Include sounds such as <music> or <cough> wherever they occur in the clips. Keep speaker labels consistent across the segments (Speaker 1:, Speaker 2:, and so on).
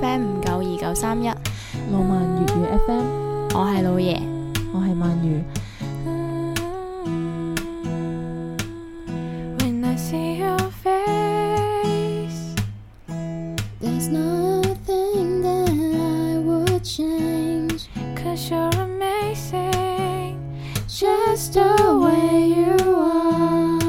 Speaker 1: FM 五九二九三一，
Speaker 2: 浪漫粵語 FM，
Speaker 1: 我係老爺。
Speaker 2: 我係曼如。
Speaker 1: When I see your face,
Speaker 3: There's nothing that I would change.
Speaker 1: cause you're amazing.
Speaker 3: Just the way you are.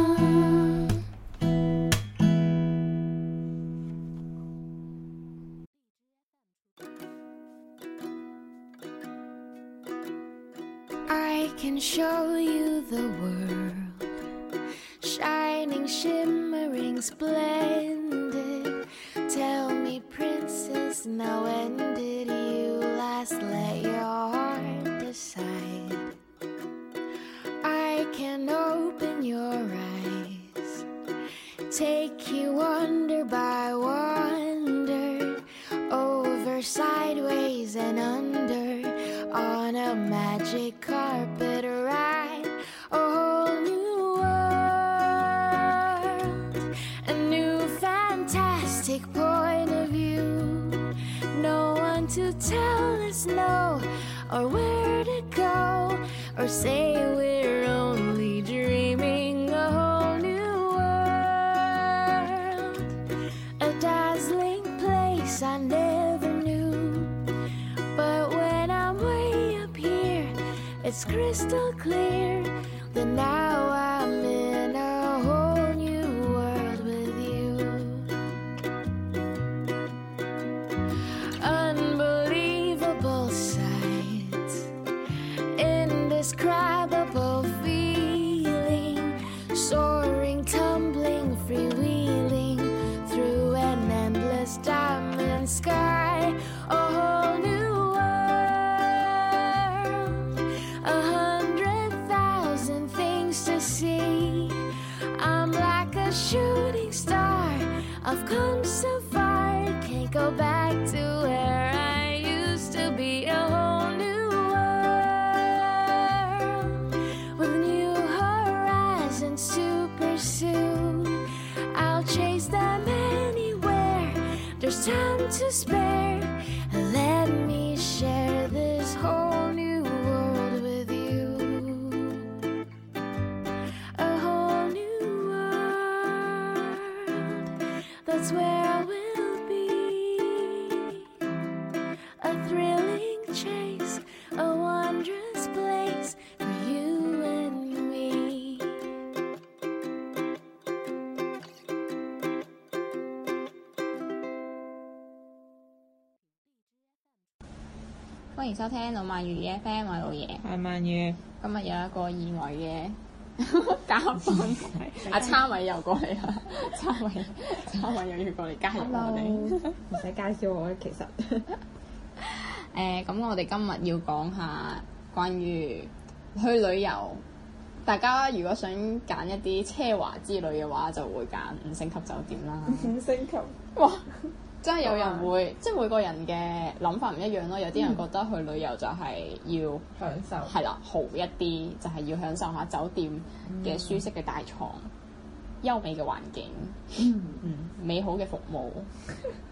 Speaker 1: 歡迎收聽浪漫粵語 FM，我係老爺。
Speaker 2: 係曼如。
Speaker 1: 今日有一個意外
Speaker 2: <laughs>
Speaker 1: 嘅嘉賓，阿叉米又過嚟啦，叉米叉米又要過嚟加入我哋。
Speaker 2: 唔使介紹我，其實
Speaker 1: <laughs> 誒，咁我哋今日要講下關於去旅遊。大家如果想揀一啲奢華之旅嘅話，就會揀五星級酒店啦。
Speaker 2: 五星級。
Speaker 1: 哇！真係有人會，即係每個人嘅諗法唔一樣咯。有啲人覺得去旅遊就係要
Speaker 2: 享受。
Speaker 1: 係啦，豪一啲就係、要享受下酒店嘅舒適嘅大床、優美嘅環境、嗯美好嘅服 <laughs> 務、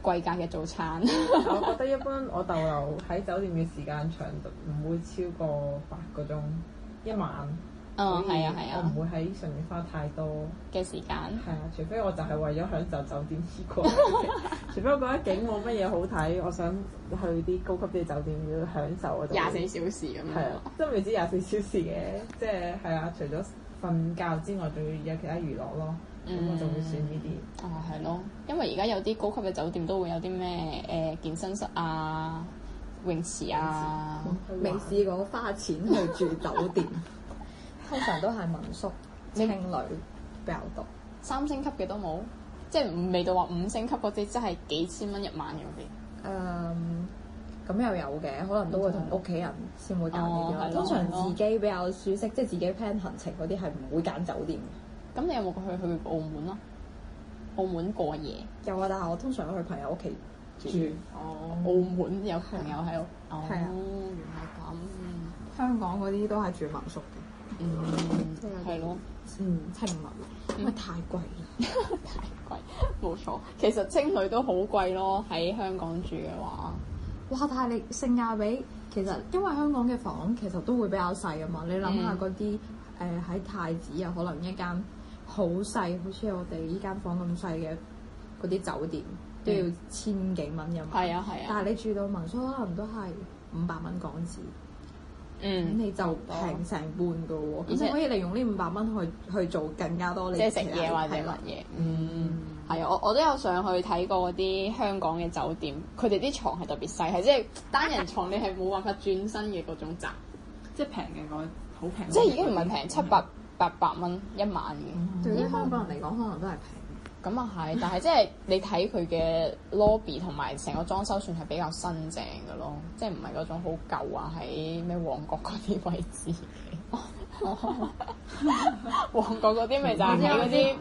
Speaker 1: 貴價嘅早餐。
Speaker 2: 我覺得一般我逗留喺酒店嘅時間長，唔會超過八個鐘一晚。
Speaker 1: 嗯，
Speaker 2: 所以
Speaker 1: 係啊，係
Speaker 2: 我
Speaker 1: 啊
Speaker 2: 唔會喺上面花太多。
Speaker 1: 嘅時間。
Speaker 2: 係啊，除非我就係為咗享受酒店而
Speaker 1: <laughs>
Speaker 2: 過， <laughs> 除非我覺得景冇乜嘢好睇，我想去啲高級啲嘅酒店要享受我就
Speaker 1: 廿四小時咁樣
Speaker 2: 係啊，都未知廿四小時嘅，即係係啊，除咗瞓覺之外，仲要有其他娛樂咯，咁我就會選呢啲。
Speaker 1: 啊，係咯，因為而家有啲高級嘅酒店都會有啲咩誒健身室啊、泳池啊，
Speaker 4: 未試過花錢去住酒店， <laughs> 通常都係民宿、青旅比較多。
Speaker 1: 三星級嘅都冇，即係未到話五星級嗰啲，即係幾千蚊一晚嗰啲。
Speaker 4: 誒、嗯咁又有嘅，可能都會同屋企人先會揀呢
Speaker 1: 哦係咯係
Speaker 4: 啲咯。通
Speaker 1: 咯
Speaker 4: 常自己比較舒適，即係自己 plan 行程嗰啲係唔會揀酒店嘅。
Speaker 1: 咁你有冇去去澳門啊？澳門過夜，
Speaker 4: 有啊，但係我通常都去朋友屋企
Speaker 2: 住
Speaker 4: 住。哦
Speaker 1: 澳門有朋友喺度。哦，
Speaker 4: 係啊
Speaker 1: 原來咁。
Speaker 4: 香港嗰啲都嗯係住民宿嘅，
Speaker 1: 嗯，係咯。 <laughs>
Speaker 4: 嗯，青旅，因為太貴啦。太貴，冇錯。其實青旅都好貴咯，喺香港住嘅話，
Speaker 5: 哇！但係你性價比其實因為香港嘅房其實都會比較細啊嘛，你諗下
Speaker 4: 嗯
Speaker 5: 嗰啲誒喺太子啊，可能一間好細，好似我哋依間房咁細嘅嗰啲酒店都要
Speaker 4: 嗯
Speaker 5: 千幾蚊一晚，
Speaker 4: 係啊係啊，
Speaker 5: 但係你住到民宿可能都係五百蚊港紙，咁
Speaker 4: 嗯，
Speaker 5: 你就平成半㗎喎，
Speaker 4: 而
Speaker 5: 咁
Speaker 4: 且
Speaker 5: 你可以利用呢五百蚊去去做更加多你
Speaker 4: 即係食
Speaker 5: 其他
Speaker 4: 嘢或者
Speaker 5: 係
Speaker 4: 乜
Speaker 5: 啦
Speaker 4: 嘢，嗯，係啊，我我都有上去睇過嗰啲香港嘅酒店，佢哋啲床係特別細，係即係單人床你係冇辦法轉身嘅嗰種窄，嗯
Speaker 2: 即係平嘅嗰好平，
Speaker 4: 即係已經唔係平七百八百蚊一晚嘅。
Speaker 5: 對於香港人嚟講，可能都係平。
Speaker 4: 咁啊係，但係即係你睇佢嘅 lobby 同埋成個裝修算係比較新淨嘅咯，即係唔係嗰種好舊啊喺咩旺角嗰啲位 <laughs> 置。旺角嗰啲咪就係喺嗰啲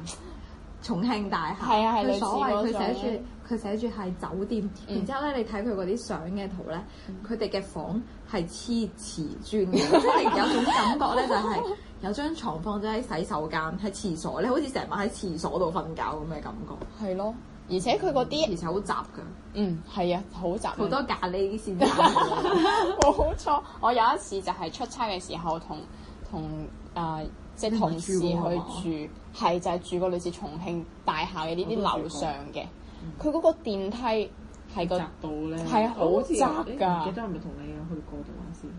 Speaker 5: 重慶大廈，
Speaker 4: 係啊係類
Speaker 5: 佢
Speaker 4: 似
Speaker 5: 所謂
Speaker 4: 嗰
Speaker 5: 佢寫住佢寫住係酒店，
Speaker 4: 嗯
Speaker 5: 然之後咧你睇佢嗰啲相嘅圖咧，佢哋嘅房係黐瓷磚嘅， <laughs> 即係有種感覺咧就係有張床放咗喺洗手間喺廁所咧，好似成晚喺廁所度瞓覺咁嘅感覺，
Speaker 4: 係咯，而且佢嗰啲
Speaker 5: 其實好雜㗎，
Speaker 4: 嗯係啊，好雜
Speaker 5: 好 <laughs> 多咖喱線架㗎
Speaker 4: <laughs> 冇錯，我有一次就係出差嘅時候同同啊、即係
Speaker 5: 你唔係
Speaker 4: 同事
Speaker 5: 住過啊
Speaker 4: 去住，係就係住過類似重慶大廈嘅呢啲
Speaker 2: 我都住過
Speaker 4: 樓上嘅，佢嗰個電梯係個
Speaker 2: 窄到咧，
Speaker 4: 係啊
Speaker 2: 我似
Speaker 4: 好窄
Speaker 2: 唔
Speaker 4: 㗎
Speaker 2: 記得係咪同你去過度啊玩先？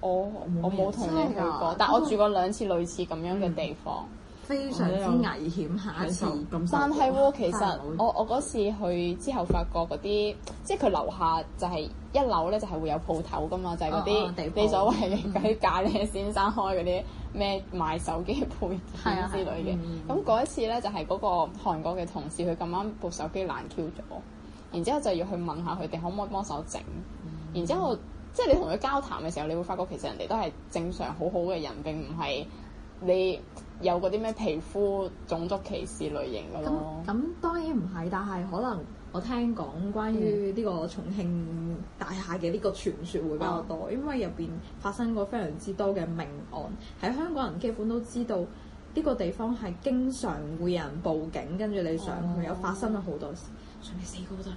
Speaker 4: 我我冇同你去
Speaker 5: 真係
Speaker 4: 過
Speaker 5: 㗎，
Speaker 4: 但我住過兩次類似咁樣嘅地方。
Speaker 5: 非常之危險。下一次
Speaker 2: 享受咁
Speaker 4: 但係
Speaker 2: 辛苦
Speaker 4: 喎，其
Speaker 5: 真
Speaker 4: 實
Speaker 5: 啊係冇
Speaker 4: 我我嗰次去之後，發覺嗰啲即係佢樓下就係一樓咧，就係會有鋪頭噶嘛，就係嗰
Speaker 5: 哦哦地
Speaker 4: 啲
Speaker 5: 鋪
Speaker 4: 你所謂嘅嗰啲咖喱先生開嗰啲咩賣手機配
Speaker 5: 係
Speaker 4: 件
Speaker 5: 啊
Speaker 4: 之類嘅。咁嗰一次咧，就係嗰個韓國嘅同事，佢咁啱部手機爛 Q 咗，然之後就要去問下佢哋可唔可以幫手整，然之後。即係你同佢交談嘅時候，你會發覺其實人哋都係正常好好嘅人，並唔係你有嗰啲咩皮膚種族歧視類型嘅
Speaker 5: 咁
Speaker 4: 咯。
Speaker 5: 咁當然唔係，但係可能我聽講關
Speaker 4: 嗯
Speaker 5: 於呢個重慶大廈嘅呢個傳說會比較多，
Speaker 4: 啊
Speaker 5: 因為入邊發生過非常之多嘅命案，喺香港人基本都知道。呢個地方係經常會有人報警，跟住你上去有發生咗好多事，上面四個都係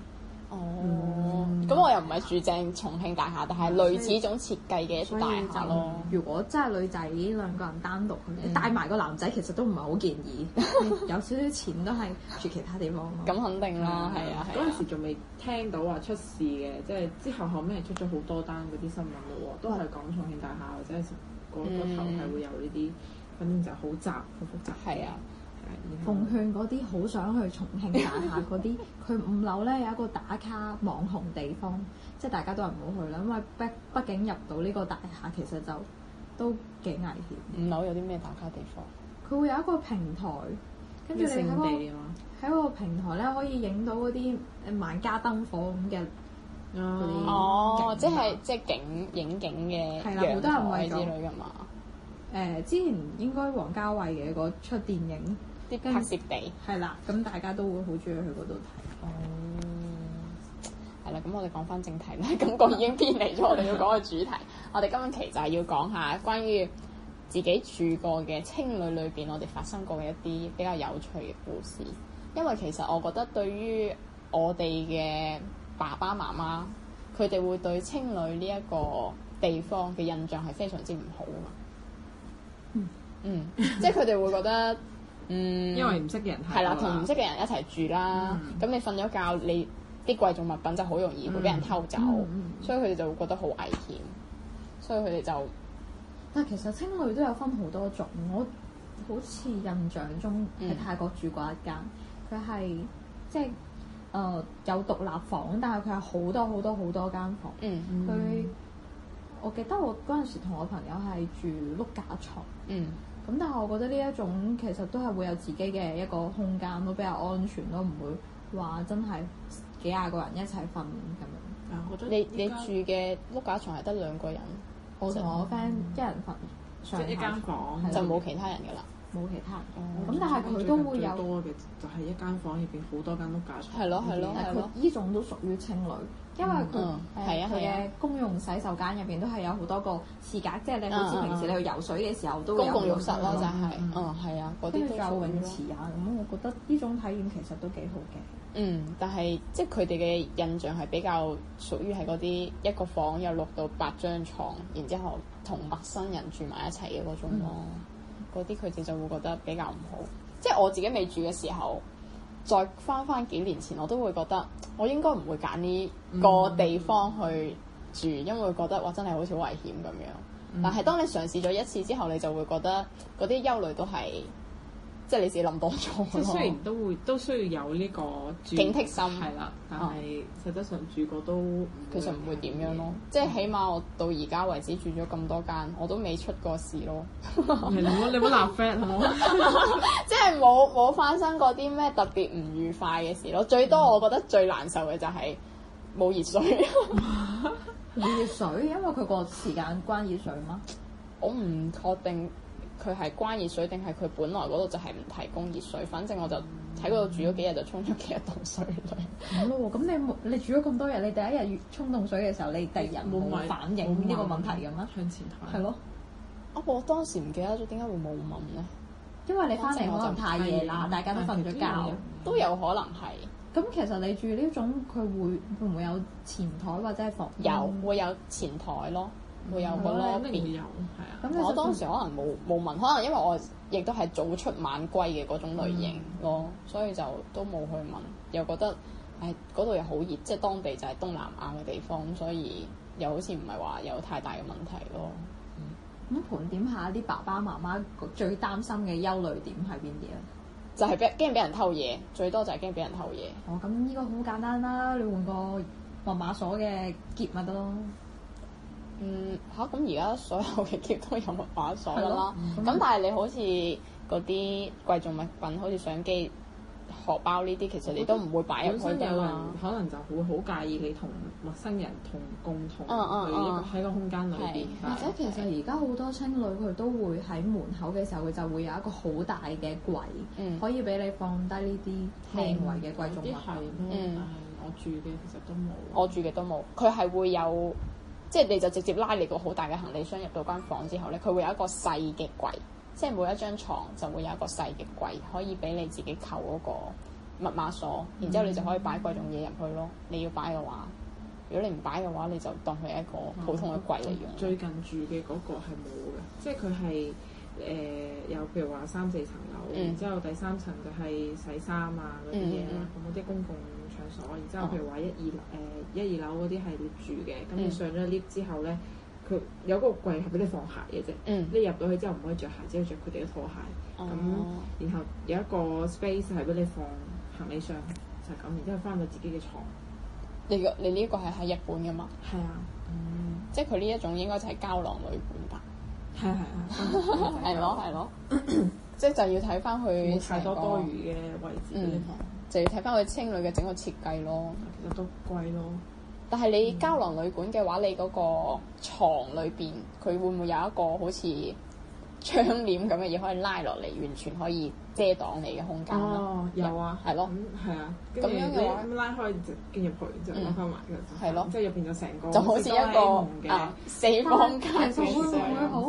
Speaker 4: 哦，咁我又唔係住正重慶大廈，但係類似種設計嘅一
Speaker 5: 所
Speaker 4: 啲
Speaker 5: 以
Speaker 4: 大廈咯。
Speaker 5: 就如果真係女仔兩個人單獨去，
Speaker 4: 嗯
Speaker 5: 帶埋個男仔其實都唔係好建議，
Speaker 4: <laughs>
Speaker 5: 有少少錢都係住其他地方咯。
Speaker 4: 咁肯定啦，係啊，係
Speaker 2: 嗰陣時
Speaker 4: 啊。
Speaker 2: 仲未聽到話出事嘅，即係之後後尾係出咗好多單嗰啲新聞咯喎，都係講重慶大廈或者係嗰
Speaker 4: 嗯
Speaker 2: 個頭係會有呢啲，反正就好雜，好複雜。
Speaker 4: 係啊，
Speaker 2: 係，
Speaker 5: 奉勸嗰啲好想去重慶大
Speaker 2: <laughs>
Speaker 5: 廈嗰啲，佢五樓咧有一個打卡網紅地方，即係大家都係唔好去啦，因為畢畢竟入到呢個大廈其實就都幾危險。
Speaker 4: 五樓有啲咩打卡地方？
Speaker 5: 佢會有一個平台，跟住
Speaker 2: 咩
Speaker 5: 你喺
Speaker 2: 聖地
Speaker 5: 個
Speaker 2: 啊嘛，
Speaker 5: 喺個平台咧可以影到嗰啲誒萬家燈火咁嘅，
Speaker 2: 啊
Speaker 4: 哦，即
Speaker 5: 景
Speaker 4: 係即係景影景嘅
Speaker 5: 係啦好多人
Speaker 4: 陽台
Speaker 5: 為
Speaker 4: 之
Speaker 5: 咗
Speaker 4: 類噶嘛，
Speaker 5: 誒呃之前應該王家衞嘅嗰出電影
Speaker 4: 啲
Speaker 5: 跟
Speaker 4: 拍攝地。
Speaker 5: 係啦，咁大家都會好中意去嗰度睇。
Speaker 4: 哦，係啦，咁我哋講翻正題啦。 <laughs> 咁個已經偏離咗我哋要講嘅主題。我哋今期就係要講下關於自己住過嘅青旅裏邊，我哋發生過嘅一啲比較有趣嘅故事。因為其實我覺得對於我哋嘅爸爸媽媽，佢哋會對青旅呢一個地方嘅印象係非常之唔好啊嘛。嗯，即係佢哋會覺得，嗯，
Speaker 2: 因為唔識嘅人
Speaker 4: 係
Speaker 2: 太
Speaker 4: 啦，
Speaker 2: 多
Speaker 4: 同唔識嘅人一齊住啦。
Speaker 5: 嗯
Speaker 4: 咁、你瞓咗覺，你啲貴重物品就好容易會俾人偷走，
Speaker 5: 嗯
Speaker 4: 所以佢哋就會覺得好危險。所以佢哋就
Speaker 5: 但係其實青旅都有分好多種，我好似印象中喺
Speaker 4: 嗯
Speaker 5: 泰國住過一間，佢係即係誒有獨立房，但係佢係好多好多好多間房。
Speaker 4: 嗯
Speaker 5: 佢、我記得我嗰陣時同我朋友係住碌架床，
Speaker 4: 嗯
Speaker 5: 咁但係我覺得呢一種其實都係會有自己嘅一個空間都比較安全咯，唔會話真係幾廿個人一齊瞓咁樣。
Speaker 2: 啊我覺得
Speaker 4: 你你
Speaker 2: 依家
Speaker 4: 住嘅碌架床係得兩個人，
Speaker 5: 我同我 friend 一人瞓
Speaker 2: 即
Speaker 5: 上
Speaker 2: 係一
Speaker 5: 下
Speaker 2: 間房
Speaker 5: 係啦
Speaker 4: 就冇其他人噶啦。
Speaker 5: 冇其他人嘅。
Speaker 2: 哦
Speaker 5: 咁但係佢都會
Speaker 2: 最
Speaker 5: 有
Speaker 2: 近最多嘅就係一間房入邊好多間屋架床。
Speaker 4: 係咯係咯
Speaker 5: 但係佢依種都屬於青旅，因為佢
Speaker 4: 嗯嗯係
Speaker 5: 誒
Speaker 4: 啊
Speaker 5: 佢
Speaker 4: 係啊
Speaker 5: 嘅公用洗手間入邊都係有好多個廁格，即係你好
Speaker 4: 嗯
Speaker 5: 似
Speaker 4: 嗯
Speaker 5: 平
Speaker 4: 嗯
Speaker 5: 時你去游水嘅時候都
Speaker 4: 公
Speaker 5: 會有
Speaker 4: 共浴
Speaker 5: 個
Speaker 4: 室咯，就係
Speaker 2: 嗯，
Speaker 4: 嗯係啊，嗰
Speaker 5: 跟
Speaker 4: 啲都
Speaker 5: 住仲有
Speaker 4: 屬於
Speaker 5: 泳
Speaker 4: 咯
Speaker 5: 池啊，咁我覺得呢種體驗其實都幾好嘅。
Speaker 4: 嗯，但係即係佢哋嘅印象係比較屬於係嗰啲一個房有六到八張床，然之後同陌生人住埋一齊嘅嗰種咯。嗰啲佢哋就會覺得比較唔好。即係我自己未住嘅時候，再翻翻幾年前，我都會覺得我應該唔會揀呢個地方去住，因為覺得哇真係好似好危險咁樣。但係當你嘗試咗一次之後，你就會覺得嗰啲憂慮都係即係你自己諗多
Speaker 2: 即
Speaker 4: 咗
Speaker 2: 係雖
Speaker 4: 咯
Speaker 2: 然。都會都需要有呢個注
Speaker 4: 警惕心
Speaker 2: 係啦，但係
Speaker 5: 哦
Speaker 2: 實質上住過都唔
Speaker 4: 其實唔會點樣咯，即係起碼我到而家為止住咗咁多間，我都未出過事 <laughs> 咯，
Speaker 2: 係。你唔好你唔好鬧 friend 好唔好？
Speaker 4: 即係冇冇發生過啲咩特別唔愉快嘅事咯。最多我覺得最難受嘅就係冇熱 <laughs> 水，
Speaker 5: 熱水，因為佢個時間關熱水嗎？
Speaker 4: 我唔確定佢係關熱水定係佢本來嗰度就係唔提供熱水，反正我就喺嗰度住咗幾日就沖咗幾日凍水涼。
Speaker 5: 咁咯喎，咁你冇你煮咗咁多日，你第一日沖凍水嘅時候，你第二日 <laughs> 冇反應呢個問題嘅咩？
Speaker 2: 向前睇
Speaker 5: 係，咯，
Speaker 4: 啊！我當時唔記得咗點解會冇問呢，
Speaker 5: 因為你翻嚟可能太夜啦，
Speaker 4: 嗯
Speaker 2: 係
Speaker 5: 大家都瞓咗
Speaker 2: 係
Speaker 5: 覺。
Speaker 4: 都有可能係
Speaker 5: 咁其實你住呢種，佢會會唔會有前台或者係房？
Speaker 4: 有會有前台咯，會有個
Speaker 2: 好啦，
Speaker 4: 咯
Speaker 2: 一定會有係啊。
Speaker 5: 咁你
Speaker 4: 我
Speaker 5: 就嗯
Speaker 4: 當時可能冇冇問，可能因為我亦都係早出晚歸嘅嗰種類型咯，所以就都冇去問，又覺得唉嗰度又好熱，即係當地就係東南亞嘅地方，咁所以又好似唔係話有太大嘅問題咯。
Speaker 5: 咁盤點下啲爸爸媽媽最擔心嘅憂慮點係邊啲啊？
Speaker 4: 就係俾驚俾人偷嘢，最多就係驚俾人偷嘢。
Speaker 5: 哦，咁呢個好簡單啦，你換個密碼鎖嘅結咪得咯。
Speaker 4: 嗯，嚇咁而家所有嘅劫都有密碼鎖㗎
Speaker 5: 係
Speaker 4: 啦
Speaker 5: 咯，
Speaker 4: 咁、但係你好似嗰啲貴重物品，好似相機、荷包呢啲，其實你都唔會擺入
Speaker 2: 本
Speaker 4: 去
Speaker 2: 身
Speaker 4: 㗎
Speaker 2: 有人
Speaker 4: 嘛。
Speaker 2: 可能就會好介意你同陌生人同共同
Speaker 5: 哦
Speaker 4: 嗯嗯
Speaker 2: 去一個
Speaker 4: 嗯
Speaker 2: 喺個空間裏邊，
Speaker 4: 係
Speaker 5: 或者其實而家好多青旅佢都會喺門口嘅時候，佢就會有一個好大嘅櫃，
Speaker 4: 嗯
Speaker 5: 可以俾你放低呢啲
Speaker 4: 係
Speaker 5: 你認為嘅貴重
Speaker 2: 啲
Speaker 5: 物
Speaker 2: 係
Speaker 5: 品。
Speaker 2: 咯，
Speaker 4: 嗯
Speaker 2: 但係我住嘅其實都冇。
Speaker 4: 我住嘅都冇，佢係會有，即係你就直接拉你個好大嘅行李箱入到間房之後咧，佢會有一個細嘅櫃，即係每一張床就會有一個細嘅櫃，可以俾你自己扣嗰個密碼鎖，然之後你就可以擺貴重嘢入去咯。
Speaker 2: 嗯
Speaker 4: 你要擺嘅話，如果你唔擺嘅話，你就當佢係一個普通嘅櫃嚟用。
Speaker 2: 哦最近住嘅嗰個係冇嘅，即係佢係誒有譬如話三四層樓，
Speaker 4: 嗯
Speaker 2: 然之後第三層就係洗衫啊嗰啲嘢啦，咁嗰啲公共場所，然之後譬如話一二誒一二樓嗰啲係你住嘅，咁你
Speaker 4: 哦嗯
Speaker 2: 上咗 lift 之後咧，佢有個櫃係俾你放鞋嘅啫。
Speaker 4: 嗯，
Speaker 2: 你入到去之後唔可以着鞋，只可以着佢哋嘅拖鞋。咁、
Speaker 4: 哦
Speaker 2: 然後有一個 space 係俾你放行李箱，就係咁。然之後翻到自己嘅床。
Speaker 4: 你個你呢個係喺日本嘅嘛？
Speaker 2: 係啊，
Speaker 4: 即係佢呢一種應該就係膠囊旅館吧？
Speaker 2: 係啊係啊， <laughs>
Speaker 4: 係咯係
Speaker 2: <coughs>
Speaker 4: 咯，即係就要睇翻佢
Speaker 2: 冇太多
Speaker 4: 成個
Speaker 2: 多餘嘅位置俾你
Speaker 4: 嗯
Speaker 2: 放，，
Speaker 4: 就要睇翻佢青旅嘅整個設計咯。
Speaker 2: 其實都貴咯。
Speaker 4: 但係你膠囊旅館嘅話，你嗰個床裏邊，佢會唔會有一個好似窗簾咁嘅嘢可以拉落嚟，完全可以遮擋你嘅空間咧？
Speaker 2: 哦，有啊，
Speaker 4: 係咯，
Speaker 2: 咁係啊，
Speaker 4: 咁
Speaker 2: 跟住
Speaker 4: 樣嘅話嗯
Speaker 2: 你咁拉開就跟入去就攞翻埋佢，
Speaker 4: 係咯
Speaker 2: 即係入邊就成個
Speaker 4: 就好似一
Speaker 2: 哆啦 A 夢
Speaker 4: 個
Speaker 2: 嘅
Speaker 4: 啊四方格
Speaker 5: 啊但係其實會唔
Speaker 4: 嘅
Speaker 5: 會好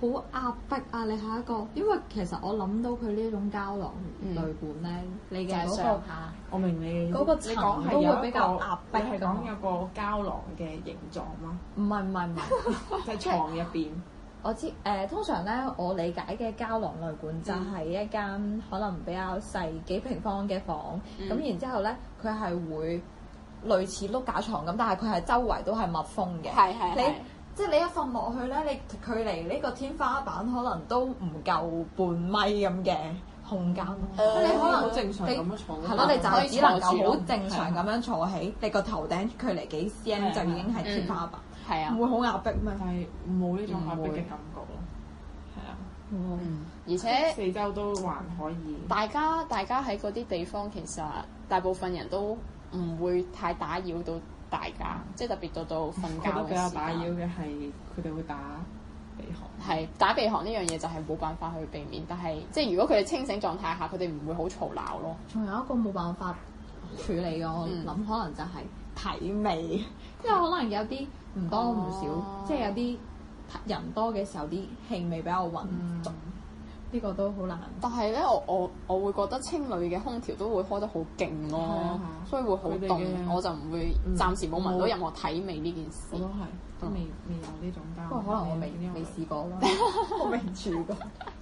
Speaker 5: 好壓迫啊？你下一個，因為其實我諗到佢呢一種膠囊旅館咧，你嘅
Speaker 4: 就係
Speaker 5: 嗰
Speaker 4: 上
Speaker 5: 個
Speaker 4: 下
Speaker 2: 我明你嘅意思
Speaker 5: 嗰個
Speaker 2: 你講
Speaker 5: 層
Speaker 2: 係
Speaker 5: 都會
Speaker 2: 有一
Speaker 5: 比
Speaker 2: 個
Speaker 5: 較壓迫
Speaker 2: 你係
Speaker 5: 㗎
Speaker 2: 講
Speaker 5: 嘛
Speaker 2: 有個膠囊嘅形狀咯，
Speaker 5: <laughs> 唔係唔係唔係。
Speaker 2: 就係床入邊。
Speaker 5: 我知誒、通常咧，我理解嘅膠囊旅館就係一間可能比較細幾平方嘅房，咁、然之後咧，佢係會類似碌架床咁，但係佢係周圍都係密封嘅。
Speaker 4: 係係係
Speaker 5: 你即係你一瞓落去咧，你距離呢個天花板可能都唔夠半米咁嘅空間咯。
Speaker 4: 誒
Speaker 5: 你可能
Speaker 2: 好正常
Speaker 5: 你
Speaker 2: 咁樣坐
Speaker 5: 係咯，你
Speaker 4: 可以
Speaker 5: 就只能
Speaker 4: 坐住
Speaker 5: 夠
Speaker 4: 咯
Speaker 5: 好正常咁樣坐起，你個頭頂距離幾 cm 就已經係天花板，
Speaker 4: 係啊
Speaker 5: 唔、，會好壓迫咩？
Speaker 2: 但係冇呢種壓迫
Speaker 4: 唔會
Speaker 2: 嘅感覺咯，係啊，
Speaker 4: 嗯而且
Speaker 2: 四周都還可以。
Speaker 4: 大家大家喺嗰啲地方，其實大部分人都唔會太打擾到大家，即係特別到到瞓覺
Speaker 2: 覺得比
Speaker 4: 嘅
Speaker 2: 較
Speaker 4: 時
Speaker 2: 打擾
Speaker 4: 間。
Speaker 2: 嘅係佢哋會打鼻鼾。
Speaker 4: 係打鼻鼾呢樣嘢就係冇辦法去避免，但係即係如果佢哋清醒狀態下，佢哋唔會好嘈鬧咯。
Speaker 5: 仲有一個冇辦法處理嘅，我諗可能就係體味， <laughs> 即係可能有啲唔多唔少，
Speaker 4: 哦
Speaker 5: 即係有啲人多嘅時候啲氣味比較混濁，呢、個都好難。
Speaker 4: 但係咧，我我我會覺得青旅嘅空調都會開得好勁
Speaker 2: 係
Speaker 4: 咯
Speaker 2: 啊係啊，
Speaker 4: 所以會好
Speaker 2: 佢哋
Speaker 4: 凍，
Speaker 2: 嘅
Speaker 4: 我就唔會
Speaker 2: 嗯
Speaker 4: 暫時冇聞到
Speaker 2: 冇
Speaker 4: 任何體味呢件事
Speaker 2: 我。都係都
Speaker 4: 嗯
Speaker 2: 未未有呢種擔。
Speaker 5: 不過可能我未
Speaker 2: 因為
Speaker 5: 未試
Speaker 4: <laughs>
Speaker 2: <laughs>
Speaker 5: 過咯，
Speaker 2: 我未住過。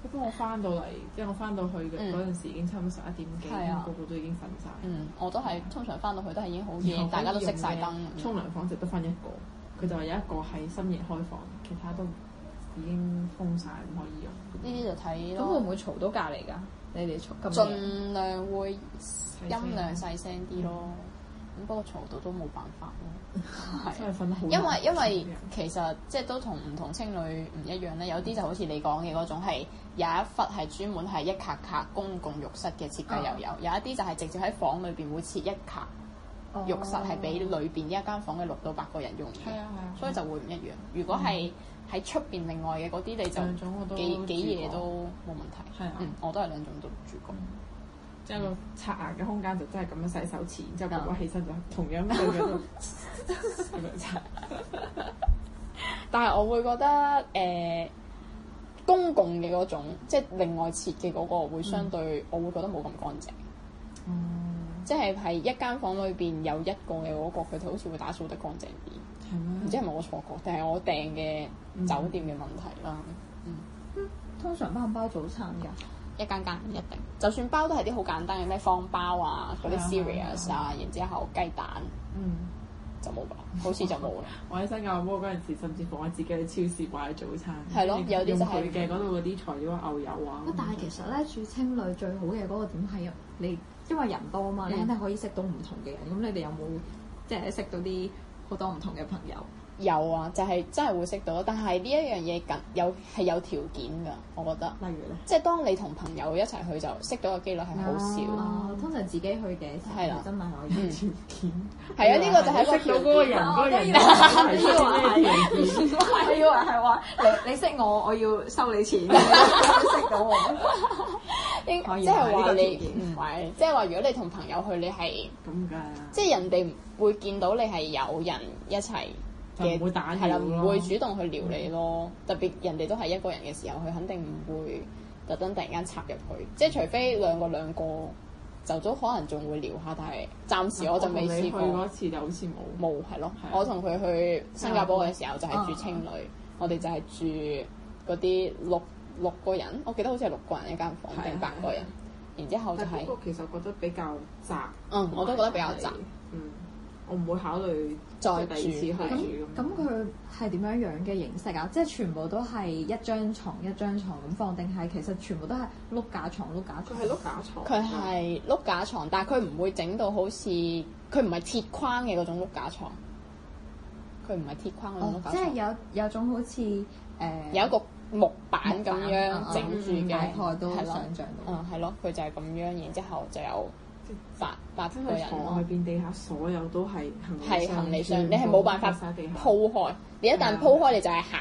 Speaker 2: 一般我翻到嚟，即係我翻到去嘅
Speaker 4: 嗯
Speaker 2: 嗰陣時已經差唔多十一點幾，
Speaker 4: 係啊
Speaker 2: 個個都已經瞓晒。
Speaker 4: 嗯，我都係通常翻到去都係已經好
Speaker 2: 然
Speaker 4: 夜
Speaker 2: 後，
Speaker 4: 大家都
Speaker 2: 可以
Speaker 4: 熄
Speaker 2: 用
Speaker 4: 晒燈。
Speaker 2: 嘅沖涼房就得翻一個，佢就話有一個係深夜開放，其他都已經封晒，唔可以用。
Speaker 4: 呢啲就睇
Speaker 5: 咁會
Speaker 4: 咯
Speaker 5: 唔，會嘈到隔離㗎？你哋嘈咁夜
Speaker 4: 盡量會音量細聲啲咯。咁不過嘈到都冇辦法
Speaker 2: <laughs>
Speaker 4: 咯，係
Speaker 2: 真係瞓得好。
Speaker 4: 因為因為其實即係都同唔同青旅唔一樣咧，有啲就好似你講嘅嗰種係有一忽係專門係一格格公共浴室嘅設計
Speaker 2: 啊
Speaker 4: 又有，有一啲就係直接喺房裏邊會設一格浴室係俾裏邊呢一間房嘅六到八個人用嘅，
Speaker 2: 係啊係啊，嗯
Speaker 4: 所以就會唔一樣。如果係喺出邊另外嘅嗰啲，你
Speaker 2: 兩
Speaker 4: 就
Speaker 2: 種我都
Speaker 4: 幾幾
Speaker 2: 住過
Speaker 4: 夜都冇問題。
Speaker 2: 係啊嗯
Speaker 4: 嗯，我都係兩種都住過。
Speaker 2: 即係
Speaker 4: 嗯
Speaker 2: 個刷牙嘅空間就真係咁樣洗手池，然之後
Speaker 4: 啊
Speaker 2: 個個起身就同樣咁
Speaker 4: <laughs>
Speaker 2: 樣 <laughs> 嗯咁樣刷。
Speaker 4: 但係我會覺得誒、呃公共嘅嗰種，即係另外設嘅嗰個會相對，我會覺得冇咁乾淨。
Speaker 2: 嗯，
Speaker 4: 即係係一間房裏邊有一個嘅嗰、個，佢哋好似會打掃得乾淨啲。
Speaker 2: 係咩
Speaker 4: 唔？知係咪我錯覺，定係我訂嘅
Speaker 2: 嗯
Speaker 4: 酒店嘅問題啦。
Speaker 5: 通常包唔包早餐㗎？
Speaker 4: 一間間唔一定，就算包都係啲好簡單嘅咩方包啊，嗰啲
Speaker 2: 係啊
Speaker 4: serious 啊，然之後雞蛋
Speaker 2: 嗯。
Speaker 4: 就冇啦，好似就冇啦。
Speaker 2: 我喺新加坡嗰陣時，甚至乎我自己去超市買早餐，
Speaker 4: 係咯有啲就
Speaker 2: 用
Speaker 4: 係
Speaker 2: 佢嘅嗰度嗰啲材料啊、牛油啊。
Speaker 5: 哦但係其實咧住青旅最好嘅嗰個點係你，因為人多啊嘛，你
Speaker 4: 嗯
Speaker 5: 肯定可以識到唔同嘅人。咁你哋有冇即係識到啲好多唔同嘅朋友？
Speaker 4: 有啊，就係、真係會識到，但係呢一樣嘢緊有係有條件㗎，我覺得。
Speaker 5: 例如咧，
Speaker 4: 即係當你同朋友一齊去就識到嘅機率係好少，
Speaker 5: 啊，通常自己去嘅時
Speaker 4: 係啦
Speaker 5: 候真係嗯可
Speaker 2: 條
Speaker 5: 以。
Speaker 2: 件
Speaker 4: 係啊，呢個就係一個
Speaker 2: 識到嗰個人，
Speaker 4: 條件
Speaker 2: 嗰個人
Speaker 5: 我
Speaker 2: 係
Speaker 5: 以
Speaker 2: 出啲
Speaker 5: 為
Speaker 2: 咩條件？
Speaker 5: 係，我以為係話你你識我，我要
Speaker 4: <laughs>
Speaker 5: 收你錢，你識到我。
Speaker 4: 應
Speaker 5: 可以
Speaker 4: 即係
Speaker 5: 係呢
Speaker 4: 話
Speaker 5: 個
Speaker 4: 你
Speaker 5: 條件
Speaker 4: 唔係，即係話如果你同朋友去，你係
Speaker 2: 咁㗎，
Speaker 4: 即係人哋會見到你係有人一齊嘅，
Speaker 2: 就唔會打擾
Speaker 4: 係啦，唔會
Speaker 2: 咯
Speaker 4: 主動去撩你咯。特別人哋都係一個人嘅時候，佢肯定唔會特登突然間插入去，即係除非兩個兩個就都可能仲會聊下，但係暫時我就未試過。
Speaker 2: 啊我同你去嗰次就好似冇。
Speaker 4: 冇係咯
Speaker 2: 係啊，
Speaker 4: 我同佢去新加坡嘅時候就係住青旅，我哋就係住嗰啲六六個人，我記得好似係六個人一間房
Speaker 2: 係
Speaker 4: 定八個人，然之後就
Speaker 2: 但係
Speaker 4: 係
Speaker 2: 嗰個其實覺得比較窄，
Speaker 4: 嗯，我都覺得比較窄，
Speaker 2: 嗯，我唔會考慮
Speaker 4: 再
Speaker 2: 即係第
Speaker 4: 住
Speaker 2: 二次去住
Speaker 5: 咁
Speaker 2: 咁。
Speaker 5: 佢係點樣樣嘅形式啊？即係全部都係一張床一張床咁放，定係其實全部都係碌架床碌架
Speaker 2: 佢係
Speaker 5: 床？
Speaker 2: 碌架床，
Speaker 4: 佢係碌架床，但係佢唔會整到好似佢唔係鐵框嘅嗰種碌架床，佢唔係鐵框嗰種
Speaker 5: 哦
Speaker 4: 碌架
Speaker 5: 即係
Speaker 4: 床，
Speaker 5: 有有種好似誒、呃
Speaker 4: 有一個木板咁
Speaker 5: 木板
Speaker 4: 樣
Speaker 5: 嗯
Speaker 4: 整住
Speaker 5: 嗯
Speaker 4: 嘅，
Speaker 5: 大概都
Speaker 4: 係咯
Speaker 5: 想像到。
Speaker 4: 嗯係咯，佢就係咁樣，然之後就有八八
Speaker 2: 真
Speaker 4: 個
Speaker 2: 係
Speaker 4: 人
Speaker 2: 床
Speaker 4: 咯
Speaker 2: 外。邊地下所有都係行李
Speaker 4: 係
Speaker 2: 箱
Speaker 4: 行李箱，
Speaker 2: 全
Speaker 4: 你
Speaker 2: 部
Speaker 4: 係冇辦法
Speaker 2: 鋪晒地下
Speaker 4: 鋪開。你一旦鋪開，你就係行